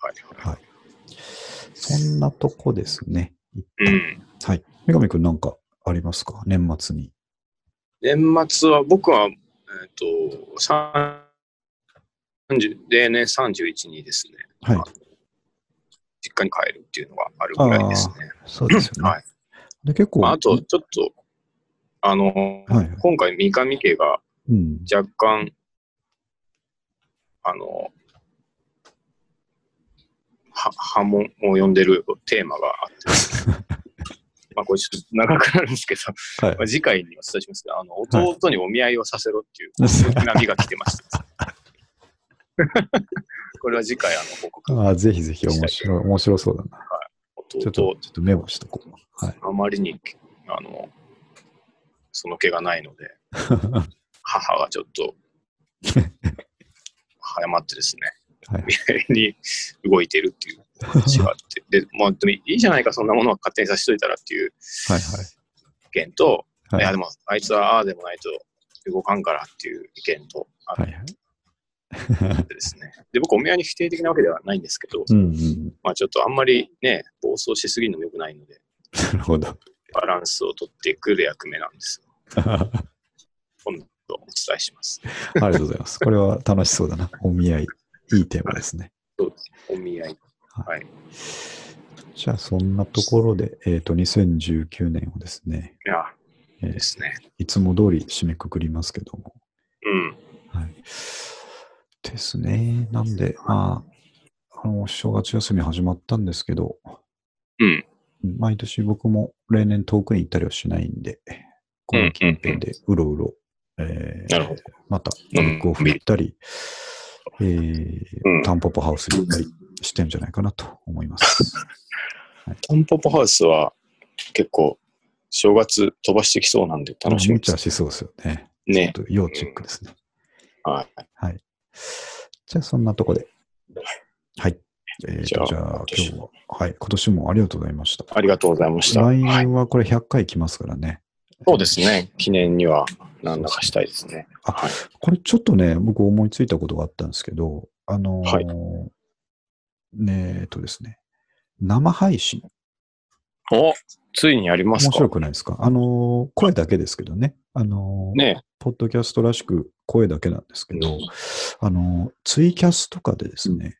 Speaker 2: はい
Speaker 1: はい。そんなとこですね。
Speaker 2: うん。
Speaker 1: はい。三上くんなんかありますか年末に。
Speaker 2: 年末は、僕は、えっ、と、30、例年31にですね、
Speaker 1: はい。
Speaker 2: 実家に帰るっていうのがあるぐらいですね。
Speaker 1: そうですよね。
Speaker 2: はい
Speaker 1: で、結構。
Speaker 2: まあ、あと、ちょっと、あの、
Speaker 1: はいはい。
Speaker 2: 今回、三上家が
Speaker 1: うん。
Speaker 2: 若干、あの、は波紋を呼んでるテーマがあって、
Speaker 1: [LAUGHS]
Speaker 2: まあ、これちょっと長くなるんですけど、
Speaker 1: はい
Speaker 2: まあ、次回にお伝えしますが、あの弟にお見合いをさせろっていう、そういう波が来てま
Speaker 1: [LAUGHS]
Speaker 2: した。これは次回、あの、報告。
Speaker 1: ああ、ぜひぜひ面白い、面白そうだな。ちょっと、ちょ
Speaker 2: 弟、
Speaker 1: っとメモしとこう。はい。
Speaker 2: あまりに、あの、その気がない
Speaker 1: [LAUGHS]
Speaker 2: ので、母がちょっと、早まってですね、 [LAUGHS]
Speaker 1: はい、
Speaker 2: に動いてるっていう話が
Speaker 1: [LAUGHS]
Speaker 2: あって、で、まあ、でもいいじゃないか、そんなものは勝手にさしといたらっていう
Speaker 1: はい
Speaker 2: 意見と、、
Speaker 1: はいい。
Speaker 2: や、
Speaker 1: は
Speaker 2: で
Speaker 1: い。
Speaker 2: も、あいつはああでもないと動かんからっていう意見とあ
Speaker 1: はいはい。
Speaker 2: ってですね、で、僕、お宮に否定的なわけではないんですけど、
Speaker 1: うんうん。
Speaker 2: まあ、ちょっとあんまりね、暴走しすぎるのも良くないので、
Speaker 1: なるほど。 [LAUGHS]
Speaker 2: バランスを取っていく役目なんです。
Speaker 1: あ
Speaker 2: 今度お伝えします。
Speaker 1: りがとうございます。これは楽しそうだな。お見合い。いいテーマですね。
Speaker 2: お見合い。はい。
Speaker 1: じゃあ、そんなところで、えっ、と、2019年をですね、
Speaker 2: いや、
Speaker 1: えー
Speaker 2: ですね。
Speaker 1: いつも通り締めくくりますけども。
Speaker 2: うん。
Speaker 1: はい。ですね。なんで、まあ、あの、正月休み始まったんですけど、
Speaker 2: うん。
Speaker 1: 毎年僕も例年遠くに行ったりはしないんで、この近辺でうろうろ、え
Speaker 2: な
Speaker 1: ー、
Speaker 2: るほど。
Speaker 1: また
Speaker 2: う
Speaker 1: バ
Speaker 2: ん
Speaker 1: ックオフ行ったり、えー
Speaker 2: うん
Speaker 1: タンポポハウスに行ったりしてんじゃないかなと思います。
Speaker 2: タンポポハウスは結構正月飛ばしてきそうなんで楽しみ
Speaker 1: 無
Speaker 2: です
Speaker 1: 茶。しそうですよね。
Speaker 2: ね。
Speaker 1: ちょっと要チェックですね。
Speaker 2: はい。
Speaker 1: はい。じゃあそんなとこで。はい。えー、
Speaker 2: じゃ
Speaker 1: と
Speaker 2: あ
Speaker 1: じゃあ
Speaker 2: 今
Speaker 1: 今
Speaker 2: 年
Speaker 1: 日は、はい、今年もありがとうございました。
Speaker 2: ありがとうございました。
Speaker 1: 来
Speaker 2: はい、
Speaker 1: 年はこれ100回来ますからね。
Speaker 2: そうですね。記念には何らかしたいですね。
Speaker 1: あ
Speaker 2: はい。
Speaker 1: これちょっとね、僕思いついたことがあったんですけど、あのー
Speaker 2: はい
Speaker 1: ねえっとですね、生配信、
Speaker 2: おついにやりま
Speaker 1: 面
Speaker 2: すか
Speaker 1: 白くないですかあのー声だけですけどね、あのー
Speaker 2: ね
Speaker 1: ポッドキャストらしく声だけなんですけど、あのーツイキャスとかでですね、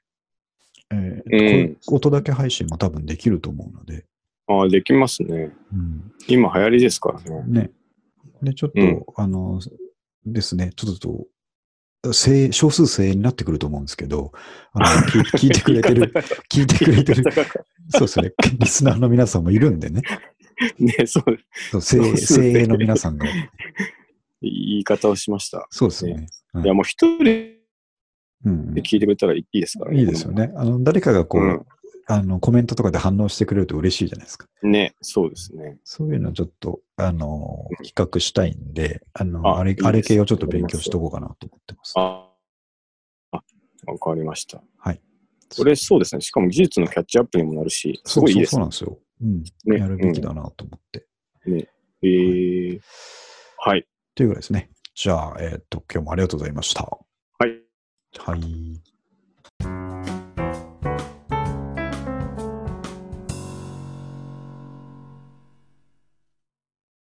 Speaker 1: えー
Speaker 2: うん
Speaker 1: こう音だけ配信も多分できると思うので、
Speaker 2: あできますね。
Speaker 1: うん、
Speaker 2: 今流行りですからね。
Speaker 1: ね。で、ちょっと、
Speaker 2: うん
Speaker 1: あの、ですね、ちょっと、声少数精鋭になってくると思うんですけど、あの聞
Speaker 2: [LAUGHS]
Speaker 1: い聞いてくれてる、聞いてくれてる、そうですね、リスナーの皆さんもいるんでね、
Speaker 2: ね、 [LAUGHS] そう、
Speaker 1: そう精鋭
Speaker 2: 少数精鋭
Speaker 1: 精鋭の皆さんが、
Speaker 2: 言い方をしました。
Speaker 1: そうですね。
Speaker 2: いや、もう一人で
Speaker 1: うん、
Speaker 2: 聞いてくれたらいいですからね。
Speaker 1: いいですよね。あの誰かがこ
Speaker 2: こ
Speaker 1: う、
Speaker 2: の。
Speaker 1: あの、コメントとかで反応してくれると嬉しいじゃないですか。
Speaker 2: うん。ね、そうですね。
Speaker 1: そういうのちょっと、あの、企画したいんで、あの、
Speaker 2: あ
Speaker 1: あ
Speaker 2: い
Speaker 1: れ
Speaker 2: いで、す
Speaker 1: あれ系をちょっと勉強しとこうかなと思ってます。
Speaker 2: あ、あわかりました。
Speaker 1: はい。
Speaker 2: これ、そうですね。しかも技術のキャッチアップにもなるし、す
Speaker 1: そ
Speaker 2: ご
Speaker 1: う
Speaker 2: いいい
Speaker 1: そう
Speaker 2: です
Speaker 1: そう
Speaker 2: ね。
Speaker 1: なんですよ。うん。
Speaker 2: ね
Speaker 1: やるべきだなと思って。
Speaker 2: えー、はい。
Speaker 1: というぐらいですね。じゃあ、えーっと、今日もありがとうございました。
Speaker 2: はい。
Speaker 1: はい。